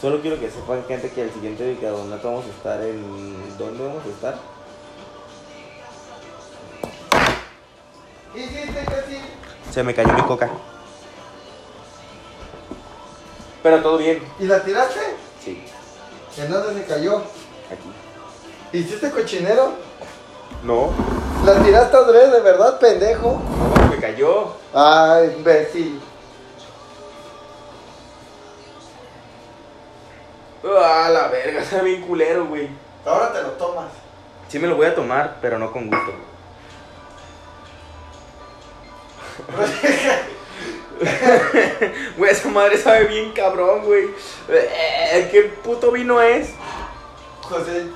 Solo quiero que sepan, gente, que el siguiente bicadonato vamos a estar en. ¿Dónde vamos a estar? Hiciste casi. Se me cayó mi coca. Pero todo bien. ¿Y la tiraste? Sí, ¿En dónde se cayó? aquí. ¿Hiciste cochinero? No, ¿La tiraste Andrés, de verdad, pendejo? no, me cayó. Ay, imbécil. Ah, la verga, está bien culero, güey. Ahora te lo tomas. Sí me lo voy a tomar, pero no con gusto. Güey, esa madre sabe bien cabrón, güey. Eh, ¿Qué puto vino es? José,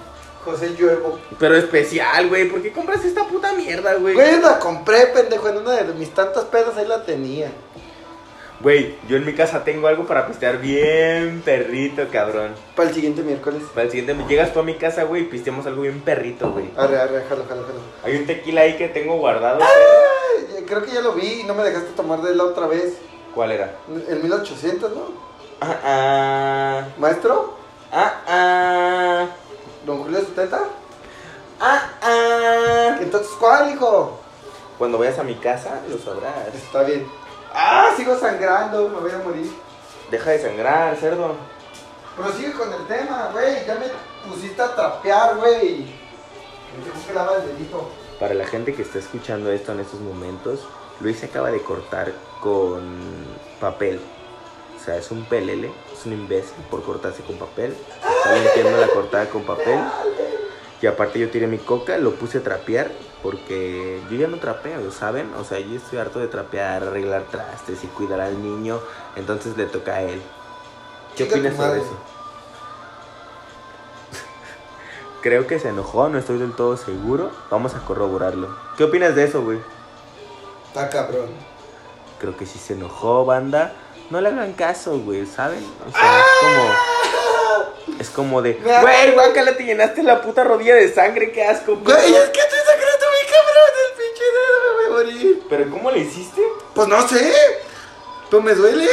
José Lluevo. Pero especial, güey. ¿Por qué compras esta puta mierda, güey? Güey, la compré, pendejo, en una de mis tantas pedas ahí la tenía. Güey, yo en mi casa tengo algo para pistear bien perrito, cabrón. Para el siguiente miércoles. Para el siguiente, llegas tú a mi casa, güey, y pisteamos algo bien perrito, güey. Arre, arre, jalo, jalo, jalo. Hay un tequila ahí que tengo guardado. Ay, ya- Creo que ya lo vi y no me dejaste tomar de él la otra vez. ¿Cuál era? El 1800, ¿no? Ah, ah. Maestro, Ah, ah. don Julio Suteta. Ah, ah. Entonces, ¿cuál, hijo? Cuando vayas a mi casa, lo sabrás. Está bien. Ah, sigo sangrando, me voy a morir. Deja de sangrar, cerdo. Prosigue con el tema, güey. Ya me pusiste a trapear, güey. Me dejó que lava el dedito. Para la gente que está escuchando esto en estos momentos, Luis se acaba de cortar con papel. O sea, es un pelele, es un imbécil por cortarse con papel. Está metiendo la cortada con papel. Y aparte yo tiré mi coca, lo puse a trapear porque yo ya no trapeo, ¿saben? O sea, yo estoy harto de trapear, arreglar trastes y cuidar al niño. Entonces le toca a él. ¿Qué Chica tu opinas sobre madre. eso? Creo que se enojó, no estoy del todo seguro. Vamos a corroborarlo. ¿Qué opinas de eso, güey? Está cabrón. Creo que sí se enojó, banda. No le hagan caso, güey, ¿saben? O sea, es como. Es como de. Me- Güey, guácala, te llenaste la puta rodilla de sangre, qué asco, Güey, es que estoy sangrando mi cabrón del pinche dedo, me voy a morir. Pero ¿cómo le hiciste? Pues no sé, pero me duele.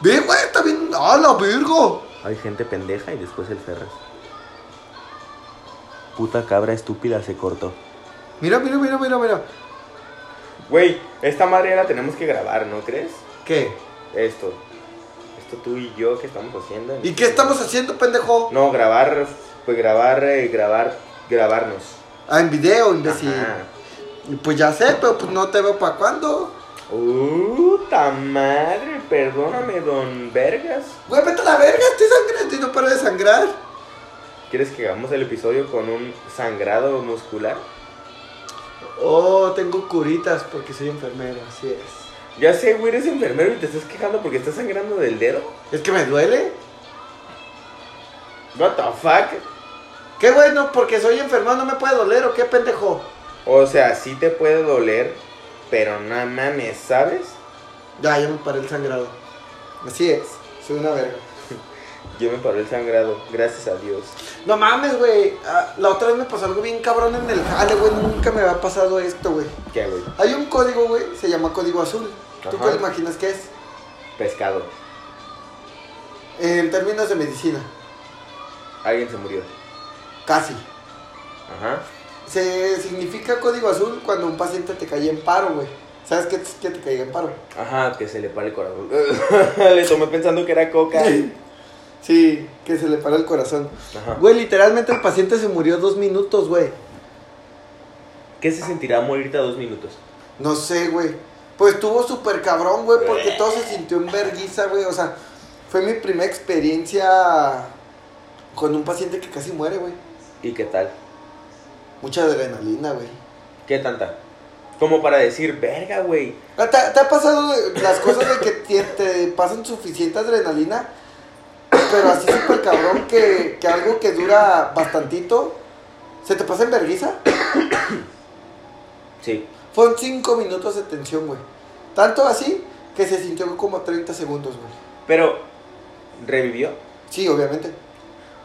Ve, güey, está bien. ¡Ah, la verga! Hay gente pendeja y después el Ferras. Puta cabra estúpida se cortó. Mira, mira, mira, mira, mira. Güey, esta madre ya la tenemos que grabar, ¿no crees? ¿Qué? Esto. Esto tú y yo que estamos haciendo. ¿Y qué estamos haciendo, pendejo? No, grabar, pues grabar, eh, grabar, grabarnos. Ah, en video, imbécil. Ajá. Y Pues ya sé, pero pues no te veo para cuándo. Puta madre, perdóname, don Vergas. Güey, vete a la verga, estoy sangrando y no paro de sangrar. ¿Quieres que hagamos el episodio con un sangrado muscular? Oh, tengo curitas porque soy enfermero, así es. Ya sé, güey, eres enfermero y te estás quejando porque estás sangrando del dedo. ¿Es que me duele? What the fuck? ¿Qué güey? No, porque soy enfermero no me puede doler o qué, pendejo. O sea, sí te puede doler, pero no mames, ¿sabes? Ya, ya me paré el sangrado. Así es, soy una verga. Yo me paró el sangrado, gracias a Dios. No mames, güey. ah, La otra vez me pasó algo bien cabrón en el jale, güey. Nunca me había pasado esto, güey. ¿Qué, güey? Hay un código, güey, se llama código azul. ¿Tú Ajá. cuál imaginas que es? Pescado. En términos de medicina, Alguien se murió. casi. Ajá. Se significa código azul cuando un paciente te caía en paro, güey. ¿Sabes qué es que te caiga en paro? Ajá, que se le para el corazón. le tomé pensando que era coca. Sí, que se le paró el corazón. Ajá. Güey, literalmente el paciente se murió dos minutos, güey. ¿Qué se sentirá morirte a dos minutos? No sé, güey. Pues estuvo súper cabrón, güey, porque todo se sintió en verguiza, güey. O sea, fue mi primera experiencia con un paciente que casi muere, güey. ¿Y qué tal? Mucha adrenalina, güey. ¿Qué tanta? Como para decir, verga, güey. Ah, ¿Te, te ha pasado las cosas de que te, te pasan suficiente adrenalina? Pero así súper cabrón que, que algo que dura bastantito se te pasa en verguiza. Sí. Fueron 5 minutos de tensión, güey. Tanto así que se sintió como 30 segundos, güey. Pero, ¿revivió? Sí, obviamente.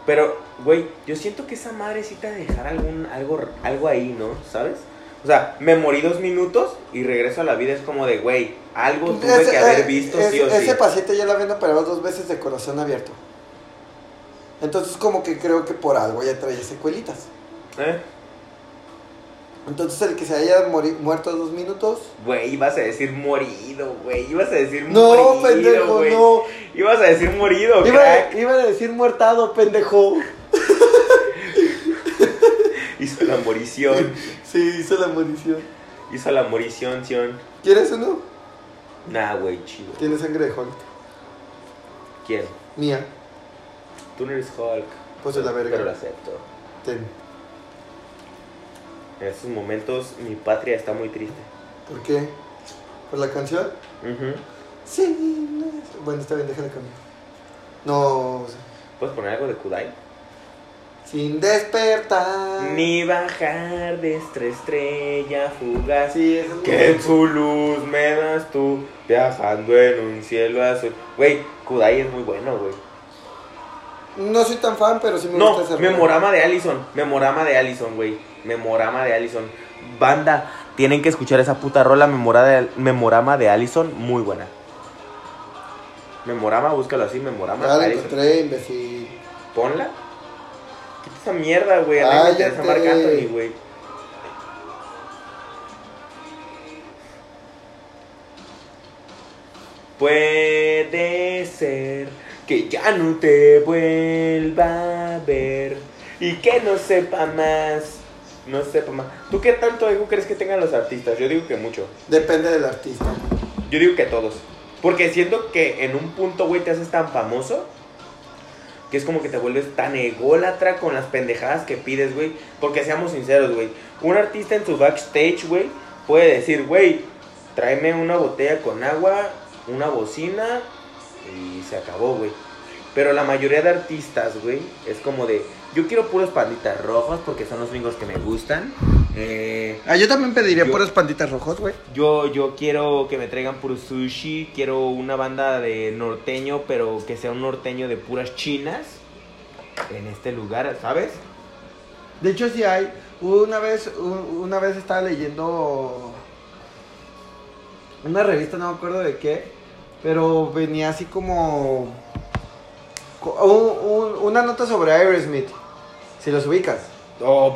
Pero, güey, yo siento que esa madrecita de dejar algún, algo, algo ahí, ¿no? ¿Sabes? O sea, me morí dos minutos y regreso a la vida. Es como de, güey, algo tuve Ese- que haber eh, visto es- sí o Ese sí. paciente ya la habían operado dos veces de corazón abierto. Entonces como que creo que por algo ya traía secuelitas. ¿Eh? Entonces el que se haya mori- muerto a dos minutos... Güey, ibas a decir morido, güey. Ibas a decir morido, No, pendejo, güey. no. Ibas a decir morido, Iba, crack. iba a decir muertado, pendejo. Hizo la morición. Sí, hizo la munición. Hizo la morición, Sion. ¿Quieres uno? Nah, güey, chido. Tiene sangre de Hulk. ¿Quién? Mía. Tú no eres Hulk. Pues de la verga. Pero lo acepto. Ten. En estos momentos mi patria está muy triste. ¿Por qué? ¿Por la canción? Ujú. Sí. no. Bueno, está bien, déjala cambiar. No. o sea, ¿Puedes poner algo de Kudai? Sin despertar. Mi bajar de esta estrella fugaz. Sí, eso es Que en su luz me das tú, viajando en un cielo azul. Güey, Kudai es muy bueno, güey. No soy tan fan, pero sí me No, gusta esa rola. memorama de Allison, memorama de Allison, güey. Memorama de Allison. Banda, tienen que escuchar esa puta rola memora de- memorama de Allison, muy buena. Memorama, búscalo así, Ah, memorama Ya de la Allison. encontré, imbécil. Ponla. Quita esa mierda, güey. Arréglate esa Cállate. Marc Anthony, güey. Puede ser que ya no te vuelva a ver y que no sepa más. No sepa más. ¿Tú qué tanto ego crees que tengan los artistas? Yo digo que mucho. Depende del artista. Yo digo que todos. Porque siento que en un punto, güey, te haces tan famoso que es como que te vuelves tan ególatra con las pendejadas que pides, güey. Porque seamos sinceros, güey. Un artista en su backstage, güey, puede decir, güey, tráeme una botella con agua, una bocina y se acabó, güey. Pero la mayoría de artistas, güey, es como de, yo quiero puros panditas rojos porque son los gringos que me gustan. Eh, Ah, yo también pediría Yo- puras panditas rojos, güey. yo, yo quiero que me traigan puro sushi, quiero una banda de norteño, pero que sea un norteño de puras chinas en este lugar, ¿sabes? De hecho, sí hay. Una vez, u- una vez estaba leyendo una revista, no me acuerdo de qué, pero venía así como co- un- un- una nota sobre Aerosmith, si los ubicas.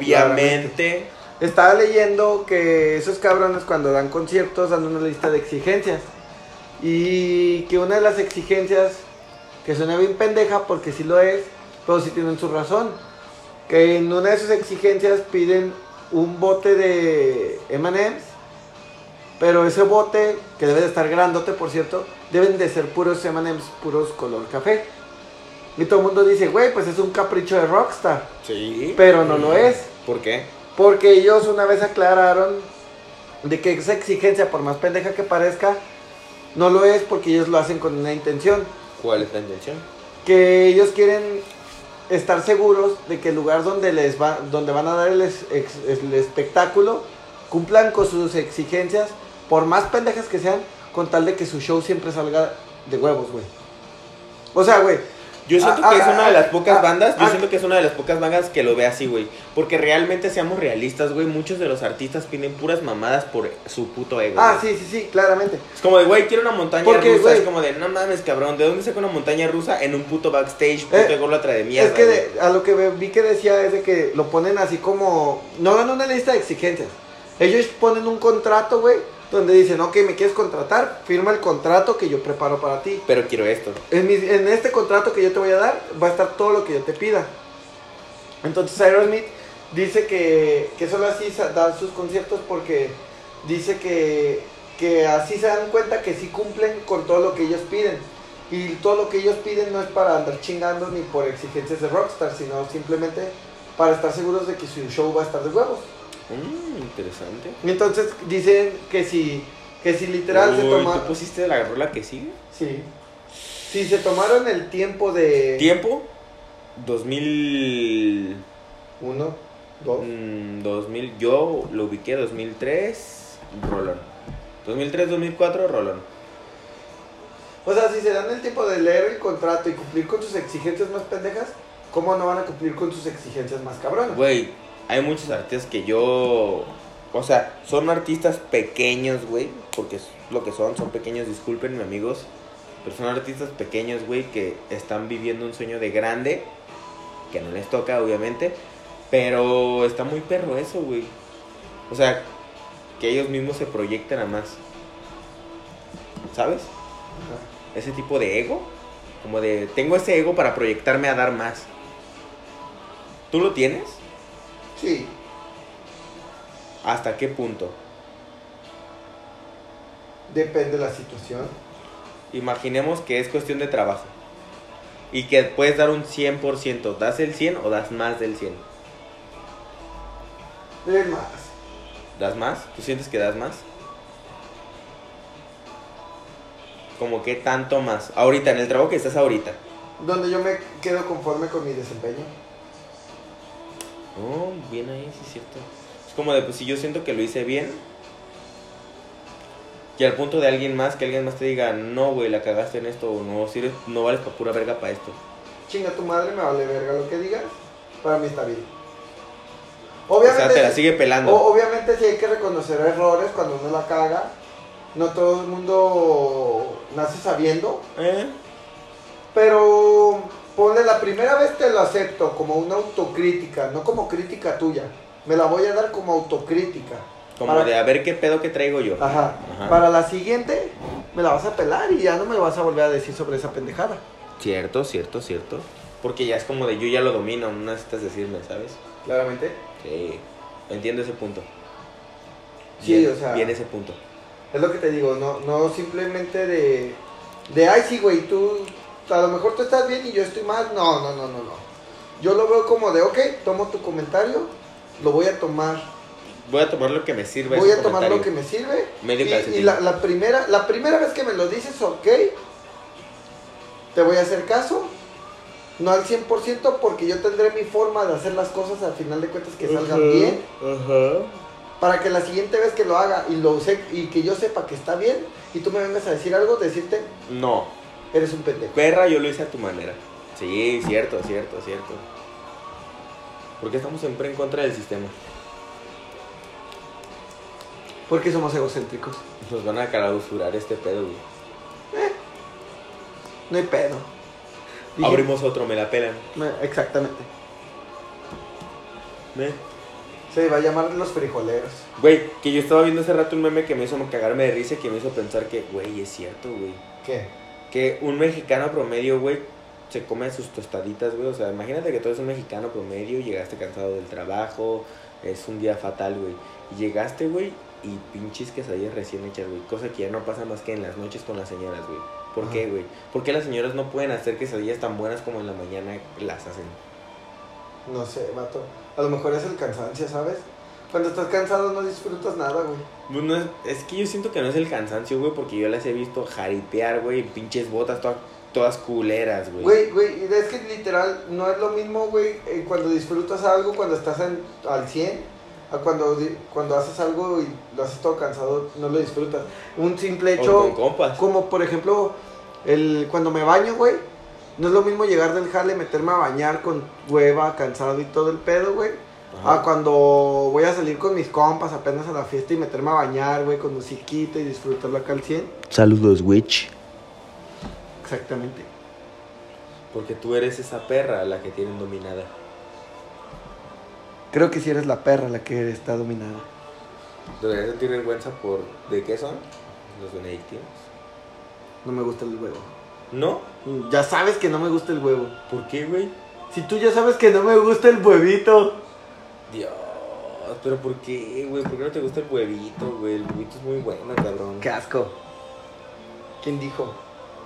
Obviamente. Estaba leyendo que esos cabrones cuando dan conciertos dan una lista de exigencias y que una de las exigencias que suena bien pendeja porque sí lo es, pero sí tienen su razón. Que en una de sus exigencias piden un bote de M&M's, pero ese bote, que debe de estar grandote por cierto, deben de ser puros M&M's, puros color café. Y todo el mundo dice, güey, pues es un capricho de rockstar. Sí. Pero no lo es. ¿Por qué? Porque ellos una vez aclararon de que esa exigencia, por más pendeja que parezca, no lo es porque ellos lo hacen con una intención. ¿Cuál es la intención? Que ellos quieren estar seguros de que el lugar donde, les va, donde van a dar el, es- ex- el espectáculo cumplan con sus exigencias, por más pendejas que sean, con tal de que su show siempre salga de huevos, güey. O sea, güey, Yo siento Ah, que es ah, una de las ah, pocas ah, bandas, yo ah. siento que es una de las pocas bandas que lo ve así, güey. Porque realmente seamos realistas, güey, muchos de los artistas piden puras mamadas por su puto ego. ah, güey. sí, sí, sí, claramente. Es como de, güey, quiero una montaña Porque, rusa. güey- es como de, no mames, cabrón, ¿de dónde saca una montaña rusa en un puto backstage, puto Eh, ególatra de mierda? es que güey? de- a lo que ve- vi que decía es de que lo ponen así como. No dan una lista de exigencias. Ellos ponen un contrato, güey, donde dicen, ok, me quieres contratar, firma el contrato que yo preparo para ti. Pero quiero esto. En, mi- en este contrato que yo te voy a dar, va a estar todo lo que yo te pida. Entonces Aerosmith dice que, que solo así sa- da sus conciertos porque dice que, que así se dan cuenta que sí cumplen con todo lo que ellos piden. Y todo lo que ellos piden no es para andar chingando ni por exigencias de rockstar, sino simplemente para estar seguros de que su show va a estar de huevos. Mm, interesante. Y entonces dicen que si, que si literal se Uy, toma... ¿Tú pusiste la rola que sigue? Sí. Si se tomaron el tiempo de... Tiempo 2000 Uno, dos. mm, 2000 yo lo ubiqué 2003 Rolón. 2003 2004 Rolón. O sea, si se dan el tiempo de leer el contrato y cumplir con sus exigencias más pendejas, ¿cómo no van a cumplir con sus exigencias más cabronas? Güey, hay muchos artistas que yo. O sea, son artistas pequeños, güey. Porque es lo que son, son pequeños, discúlpenme, amigos. Pero son artistas pequeños, güey, que están viviendo un sueño de grande. Que no les toca, obviamente. Pero está muy perro eso, güey. O sea, que ellos mismos se proyectan a más. ¿Sabes? Ajá. Ese tipo de ego. Como de, tengo ese ego para proyectarme a dar más. ¿Tú lo tienes? Sí. ¿Hasta qué punto? Depende de la situación. Imaginemos que es cuestión de trabajo. Y que puedes dar un 100%. ¿Das el 100 o das más del 100? Es más, ¿Das más? ¿Tú sientes que das más? Como que tanto más. Ahorita, en el trabajo que estás ahorita. donde yo me quedo conforme con mi desempeño. Oh, bien ahí, sí es cierto. Es como de, pues si yo siento que lo hice bien. Y al punto de alguien más, que alguien más te diga, no, güey, la cagaste en esto, o no sirves, no vales para pura verga para esto. Chinga tu madre, me vale verga lo que digas. Para mí está bien. o sea, te la Obviamente, sigue pelando. o- obviamente sí hay que reconocer errores cuando uno la caga. No todo el mundo nace sabiendo. ¿Eh? Pero ponle la primera vez te lo acepto como una autocrítica, no como crítica tuya. Me la voy a dar como autocrítica. Como Para- Ah. de a ver qué pedo que traigo yo. Ajá. Ajá. Para la siguiente me la vas a pelar y ya no me vas a volver a decir sobre esa pendejada. Cierto, cierto, cierto. Porque ya es como de yo ya lo domino, no necesitas decirme, ¿sabes? Claramente. Sí. Entiendo ese punto. Sí, Bien- o sea- Bien ese punto. Es lo que te digo, no, no simplemente de, de, ay sí, güey, tú, a lo mejor tú estás bien y yo estoy mal. No, no, no, no, no. Yo lo veo como de, ok, tomo tu comentario, lo voy a tomar Voy a tomar lo que me sirve. voy ese a tomar lo que comentario. me sirve. Medio y calcetín. y la, la primera, la primera vez que me lo dices, ok, te voy a hacer caso. No al 100% porque yo tendré mi forma de hacer las cosas al final de cuentas que salgan Ujú, bien. ujú. Para que la siguiente vez que lo haga y, lo sé, y que yo sepa que está bien y tú me vengas a decir algo, decirte, No. eres un pendejo. Perra, yo lo hice a tu manera. Sí, cierto, cierto, cierto. Porque estamos siempre en contra del sistema. Porque somos egocéntricos. Nos van a clausurar este pedo, güey. No hay pedo. Dije- Abrimos otro, me la pelan. Me- Exactamente. ¿Eh? Se va a llamar los frijoleros. Güey, que yo estaba viendo hace rato un meme que me hizo cagarme de risa y que me hizo pensar que, güey, es cierto, güey. ¿Qué? Que un mexicano promedio, güey, se come sus tostaditas, güey. O sea, imagínate que tú eres un mexicano promedio, llegaste cansado del trabajo, es un día fatal, güey. Y llegaste, güey, y pinches quesadillas recién hechas, güey. Cosa que ya no pasa más que en las noches con las señoras, güey. ¿Por qué, Ajá. güey? ¿Por qué las señoras no pueden hacer quesadillas tan buenas como en la mañana las hacen? No sé, vato. A lo mejor es el cansancio, ¿sabes? Cuando estás cansado no disfrutas nada, güey. Bueno, Pues es, es que yo siento que no es el cansancio, güey, porque yo las he visto jaripear, güey, en pinches botas todas, todas culeras, güey. Güey, güey, y es que literal no es lo mismo, güey, eh, cuando disfrutas algo, cuando estás en- al 100, a cuando, di- cuando haces algo y lo haces todo cansado, no lo disfrutas. Un simple O hecho, con compas. como por ejemplo, el, cuando me baño, güey, no es lo mismo llegar del jale, meterme a bañar con hueva, cansado y todo el pedo, güey. Ajá. Ah, cuando voy a salir con mis compas apenas a la fiesta y meterme a bañar, güey, con musiquita y disfrutarlo acá al 100. Saludos, witch. Exactamente. Porque tú eres esa perra a la que tienen dominada. Creo que si eres la perra la que está dominada. Deberías sentir vergüenza por... ¿De qué son? Los benedictinos. No me gusta el huevo. ¿No? Mm, Ya sabes que no me gusta el huevo. ¿Por qué, güey? Si tú ya sabes que no me gusta el huevito. Dios, pero ¿por qué, güey? ¿Por qué no te gusta el huevito, güey? El huevito es muy bueno, cabrón. Qué asco. ¿Quién dijo?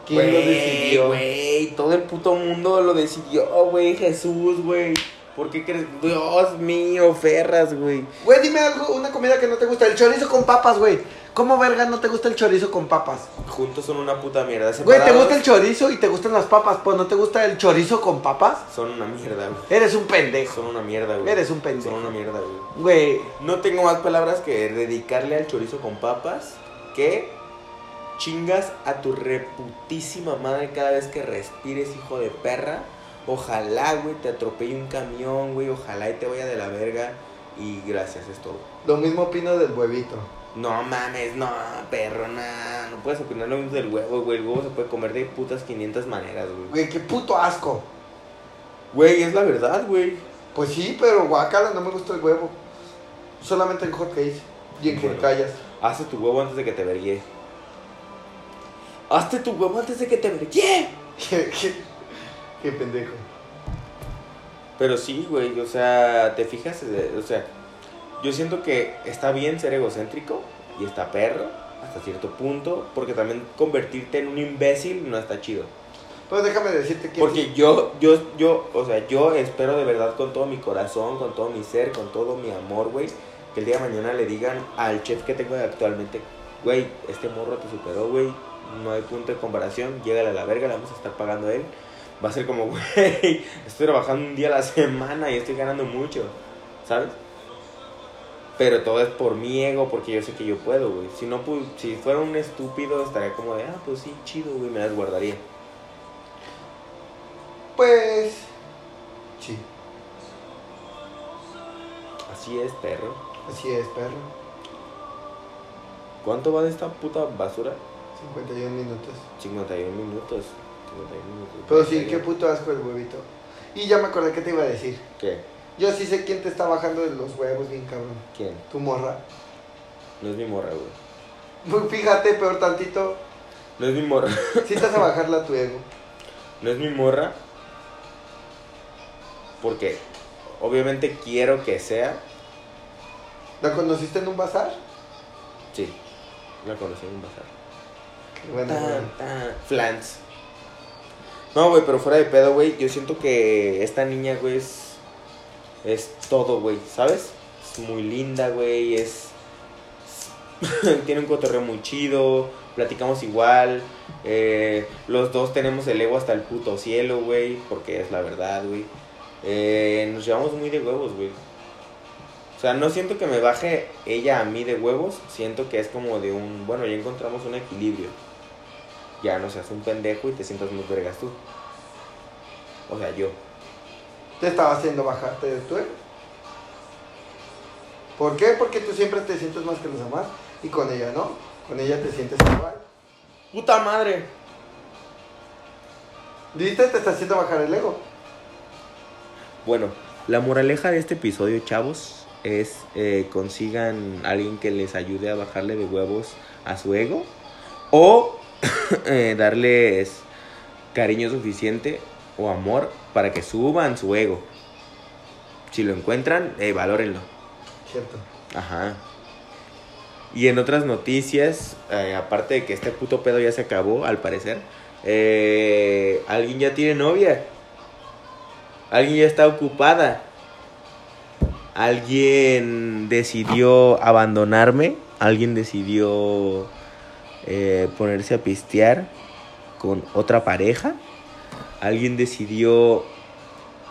¿Quién ¿Quién lo decidió? Güey, todo el puto mundo lo decidió, güey. Jesús, güey. ¿Por qué crees? Dios mío, Ferras, güey. Güey, dime algo, una comida que no te gusta. El chorizo con papas, güey. ¿Cómo verga no te gusta el chorizo con papas? Juntos son una puta mierda. Güey, ¿te separados gusta el chorizo y te gustan las papas? Pues no te gusta el chorizo con papas? Son una mierda, güey. Eres un pendejo. Son una mierda, güey. Eres un pendejo. Son una mierda, güey. Güey, No tengo más palabras que dedicarle al chorizo con papas que chingas a tu reputísima madre cada vez que respires, hijo de perra. Ojalá, güey, te atropelle un camión, güey. Ojalá y te vaya de la verga. Y gracias, es todo. lo mismo opino del huevito. No mames, no, perro, nah, No puedes opinar lo mismo del huevo, güey. El huevo se puede comer de putas 500 maneras, güey. Güey, qué puto asco. Güey, es la verdad, güey. Pues sí, pero guacala, no me gusta el huevo. Solamente en hot cakes y en Bueno. quincallas. Hazte tu huevo antes de que te vergué. Hazte tu huevo antes de que te vergué. Qué, qué- qué pendejo. Pero sí, güey, o sea, te fijas, eh, o sea, yo siento que está bien ser egocéntrico y está perro hasta cierto punto, porque también convertirte en un imbécil no está chido. Pues déjame decirte que... Porque yo, yo, yo, o sea, yo espero de verdad con todo mi corazón, con todo mi ser, con todo mi amor, güey, que el día de mañana le digan al chef que tengo actualmente, güey, este morro te superó, güey, no hay punto de comparación, llégale a la verga, le vamos a estar pagando a él. Va a ser como, güey, estoy trabajando un día a la semana y estoy ganando mucho, ¿sabes? Pero todo es por mi ego, porque yo sé que yo puedo, güey. Si no, pu- si fuera un estúpido, estaría como de, ah, pues sí, chido, güey, me las guardaría. Pues... Sí, Así es, perro. así es, perro. ¿Cuánto va de esta puta basura? 51 minutos. 51 minutos. 51 minutos. Pero sí, qué puto asco el huevito. Y ya me acordé que te iba a decir. ¿Qué? Yo sí sé quién te está bajando de los huevos, bien cabrón. ¿Quién? Tu morra. No es mi morra, güey. Muy fíjate, peor tantito. No es mi morra. Si te vas a bajarla a tu ego. No es mi morra. Porque obviamente quiero que sea. ¿La conociste en un bazar? Sí. La conocí en un bazar. Qué bueno, Ah. güey. Flans. No, güey, pero fuera de pedo, güey. Yo siento que esta niña, güey, es. Es todo, güey, ¿sabes? Es muy linda, güey. Es. tiene un cotorreo muy chido. Platicamos igual. eh, los dos tenemos el ego hasta el puto cielo, güey. Porque es la verdad, güey. Eh, nos llevamos muy de huevos, güey. O sea, no siento que me baje ella a mí de huevos. Siento que es como de un. Bueno, ya encontramos un equilibrio ya no seas un pendejo y te sientas muy vergas tú. O sea, yo. Te estaba haciendo bajarte de tu ego. ¿Por qué? Porque tú siempre te sientes más que los demás. Y con ella no. Con ella te sientes igual. ¡Puta madre! ¿Viste? Te está haciendo bajar el ego. Bueno, la moraleja de este episodio, chavos, es eh, consigan alguien que les ayude a bajarle de huevos a su ego o eh, darles cariño suficiente o amor para que suban su ego. Si lo encuentran, eh, valórenlo. Cierto. Ajá. Y en otras noticias, eh, aparte de que este puto pedo ya se acabó, al parecer, eh, alguien ya tiene novia. Alguien ya está ocupada. Alguien decidió abandonarme. Alguien decidió eh, ponerse a pistear con otra pareja. Alguien decidió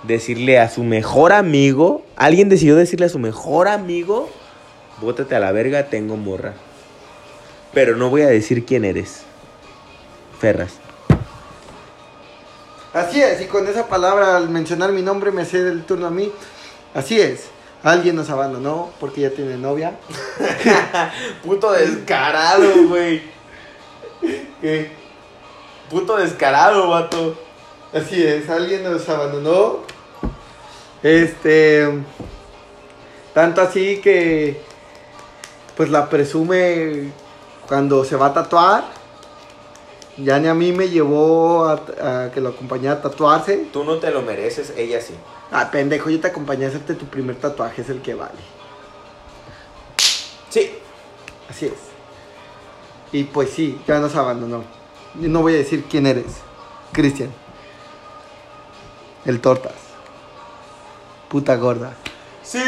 decirle a su mejor amigo. Alguien decidió decirle a su mejor amigo Bótate a la verga, tengo morra. Pero no voy a decir quién eres. Ferras. Así es, y con esa palabra al mencionar mi nombre me cede el turno a mí. Así es, alguien nos abandonó porque ya tiene novia. Puto descarado, güey. ¿Qué? Puto descarado, vato. Así es, alguien nos abandonó. Este. Tanto así que. Pues la presume cuando se va a tatuar. Ya ni a mí me llevó a, a que lo acompañara a tatuarse. Tú no te lo mereces, ella sí. Ah, pendejo, yo te acompañé a hacerte tu primer tatuaje, es el que vale. Sí. Así es. Y pues sí, ya nos abandonó. Y No voy a decir quién eres, Cristian. El tortas. Puta gorda. Sí.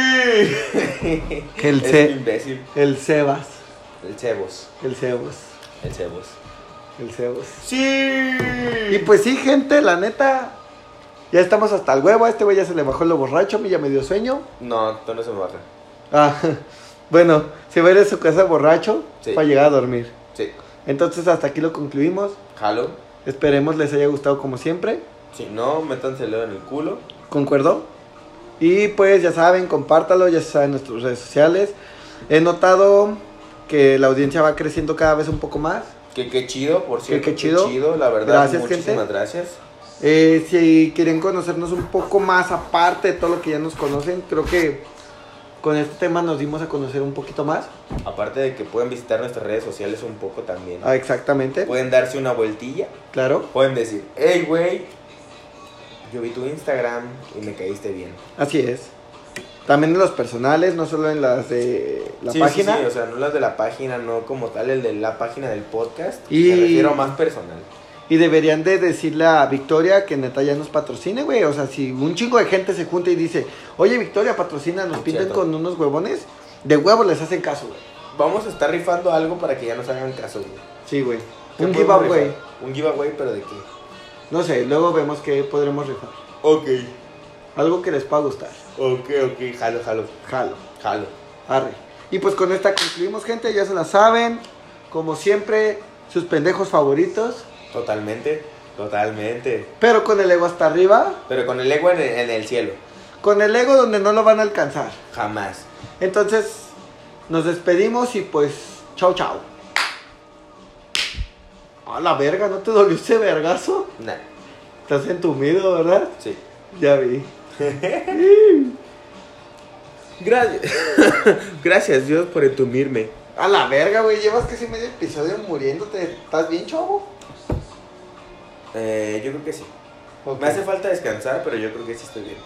El Es C. un imbécil. El Sebas. El cebos. El Cebos. El cebos. El Cebos. Sí. Y pues sí, gente, la neta. Ya estamos hasta el huevo. A este güey ya se le bajó lo borracho. A mí ya me dio sueño. No, tú no se me baja. Ah, bueno, se va a ir a su casa borracho Sí. para llegar a dormir. Sí. Entonces, hasta aquí lo concluimos. Jalo. Esperemos les haya gustado como siempre. Si no, métanse el dedo en el culo. ¿Concuerdo? Y pues ya saben, compártalo, ya saben nuestras redes sociales. He notado que la audiencia va creciendo cada vez un poco más. Que qué chido, por cierto. qué chido. la verdad. Gracias, Muchísimas gente. gracias. Eh, si quieren conocernos un poco más aparte de todo lo que ya nos conocen, creo que con este tema nos dimos a conocer un poquito más. Aparte de que pueden visitar nuestras redes sociales un poco también. Ah, exactamente, Pueden darse una vueltilla. claro. Pueden decir, hey, güey, yo vi tu Instagram y me caíste bien. Así es. También en los personales, no solo en las de la Sí, sí, página. sí, o sea, no las de la página, no como tal, el de la página del podcast. Y- Me refiero más personal. Y deberían de decirle a Victoria que neta ya nos patrocine, güey. O sea, si un chingo de gente se junta y dice, oye Victoria, patrocina, nos Cierto. pinten con unos huevones, de huevo les hacen caso, güey. Vamos a estar rifando algo para que ya nos hagan caso, güey. Sí, güey. ¿Qué Un podemos giveaway. rifar? Un giveaway, pero de qué. No sé, luego vemos qué podremos rifar. Ok, Algo que les pueda gustar. ok, ok, jalo, jalo, Jalo. jalo. Arre. Y pues con esta concluimos, gente, ya se la saben. Como siempre, sus pendejos favoritos. Totalmente, totalmente. Pero con el ego hasta arriba. Pero con el ego en el, en el cielo, Con el ego donde no lo van a alcanzar. jamás. Entonces, nos despedimos y pues, chao, chao. A la verga, ¿no te dolió ese vergazo? Nah, Estás entumido, ¿verdad? sí. Ya vi. Gracias. Gracias, Dios, por entumirme. A la verga, güey, llevas casi medio episodio muriéndote. ¿Estás bien, chavo? Eh, yo creo que sí. Ok. Me hace falta descansar, pero yo creo que sí estoy bien.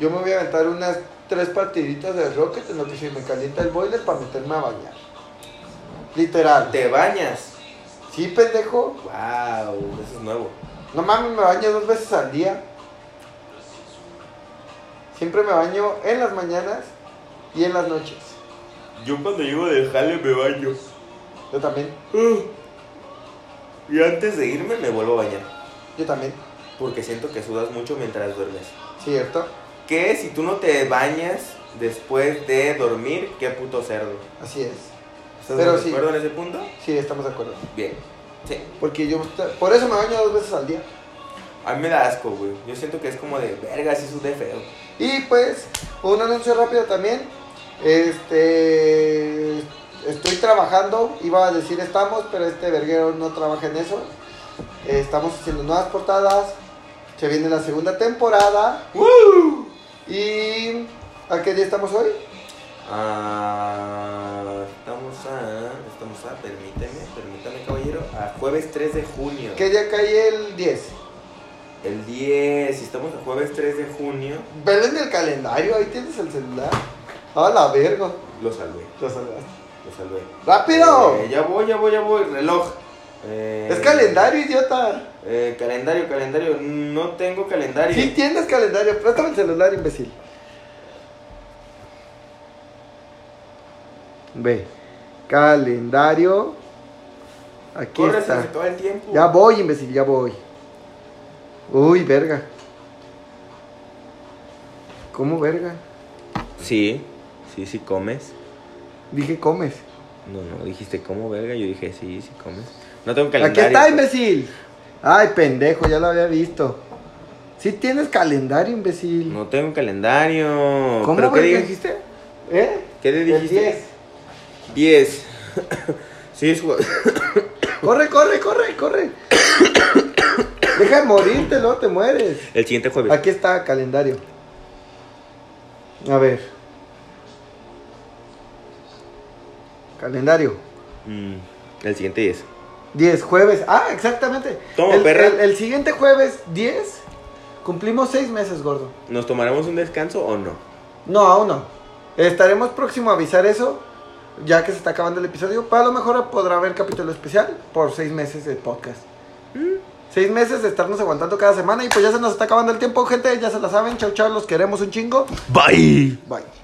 Yo me voy a aventar unas tres partiditas de Rocket en lo que se me calienta el boiler para meterme a bañar. Literal. Te bañas. Sí, pendejo. Wow, eso es nuevo. No mames, me baño dos veces al día. Siempre me baño en las mañanas y en las noches. Yo cuando llego de jale me baño. Yo también, Mm. Y antes de irme me vuelvo a bañar. yo también, Porque siento que sudas mucho mientras duermes. cierto. Que si tú no te bañas después de dormir, qué puto cerdo. Así es. ¿Estás Pero de sí. acuerdo en ese punto? Sí, estamos de acuerdo. Bien. Sí. Porque yo, por eso me baño dos veces al día. A mí me da asco, güey. Yo siento que es como de verga, si sudé feo. Y pues, un anuncio rápido también. Este. Estoy trabajando, iba a decir estamos, pero este verguero no trabaja en eso. Eh, estamos haciendo nuevas portadas. Se viene la segunda temporada. ¿Y a qué día estamos hoy? Ah, estamos a. Estamos a. Permíteme, permítame, caballero. A jueves 3 de junio. ¿Qué día cae el 10? El 10. Si estamos a jueves 3 de junio, Velo en el calendario, ahí tienes el celular. A la verga. lo salvé. Lo salvaste. Lo salvé. ¡Rápido! Eh, ya voy, ya voy, ya voy. Reloj. Eh, es calendario, idiota. Eh, calendario, calendario. No tengo calendario. Sí tienes calendario, préstame el celular, imbécil. Ve, calendario. Aquí Corres está. hace todo el tiempo. Ya voy, imbécil, ya voy. Uy, verga. ¿Cómo verga? Sí, sí, sí comes. Dije comes. No, no, dijiste cómo verga. Yo dije sí, sí comes. No tengo Aquí calendario. pues. está, imbécil. Ay, pendejo, ya lo había visto. Sí tienes calendario, imbécil. No tengo calendario. ¿Cómo ¿Pero qué verga? dijiste? ¿Eh? ¿Qué le El dijiste? 10. 10. Sí, es jue- Corre, corre, corre, corre. Deja de morirte, luego te mueres. el siguiente jueves. Aquí está calendario. A ver. Calendario. Mm, el siguiente 10. 10, jueves. Ah, exactamente. Toma, el, perra. el- el siguiente jueves, 10. Cumplimos seis meses, gordo. ¿Nos tomaremos un descanso o no? No, aún no. Estaremos próximo a avisar eso, ya que se está acabando el episodio. Para lo mejor podrá haber capítulo especial por seis meses de podcast. Seis meses de estarnos aguantando cada semana y pues ya se nos está acabando el tiempo, gente. Ya se la saben. Chau, chau. Los queremos un chingo. Bye. Bye.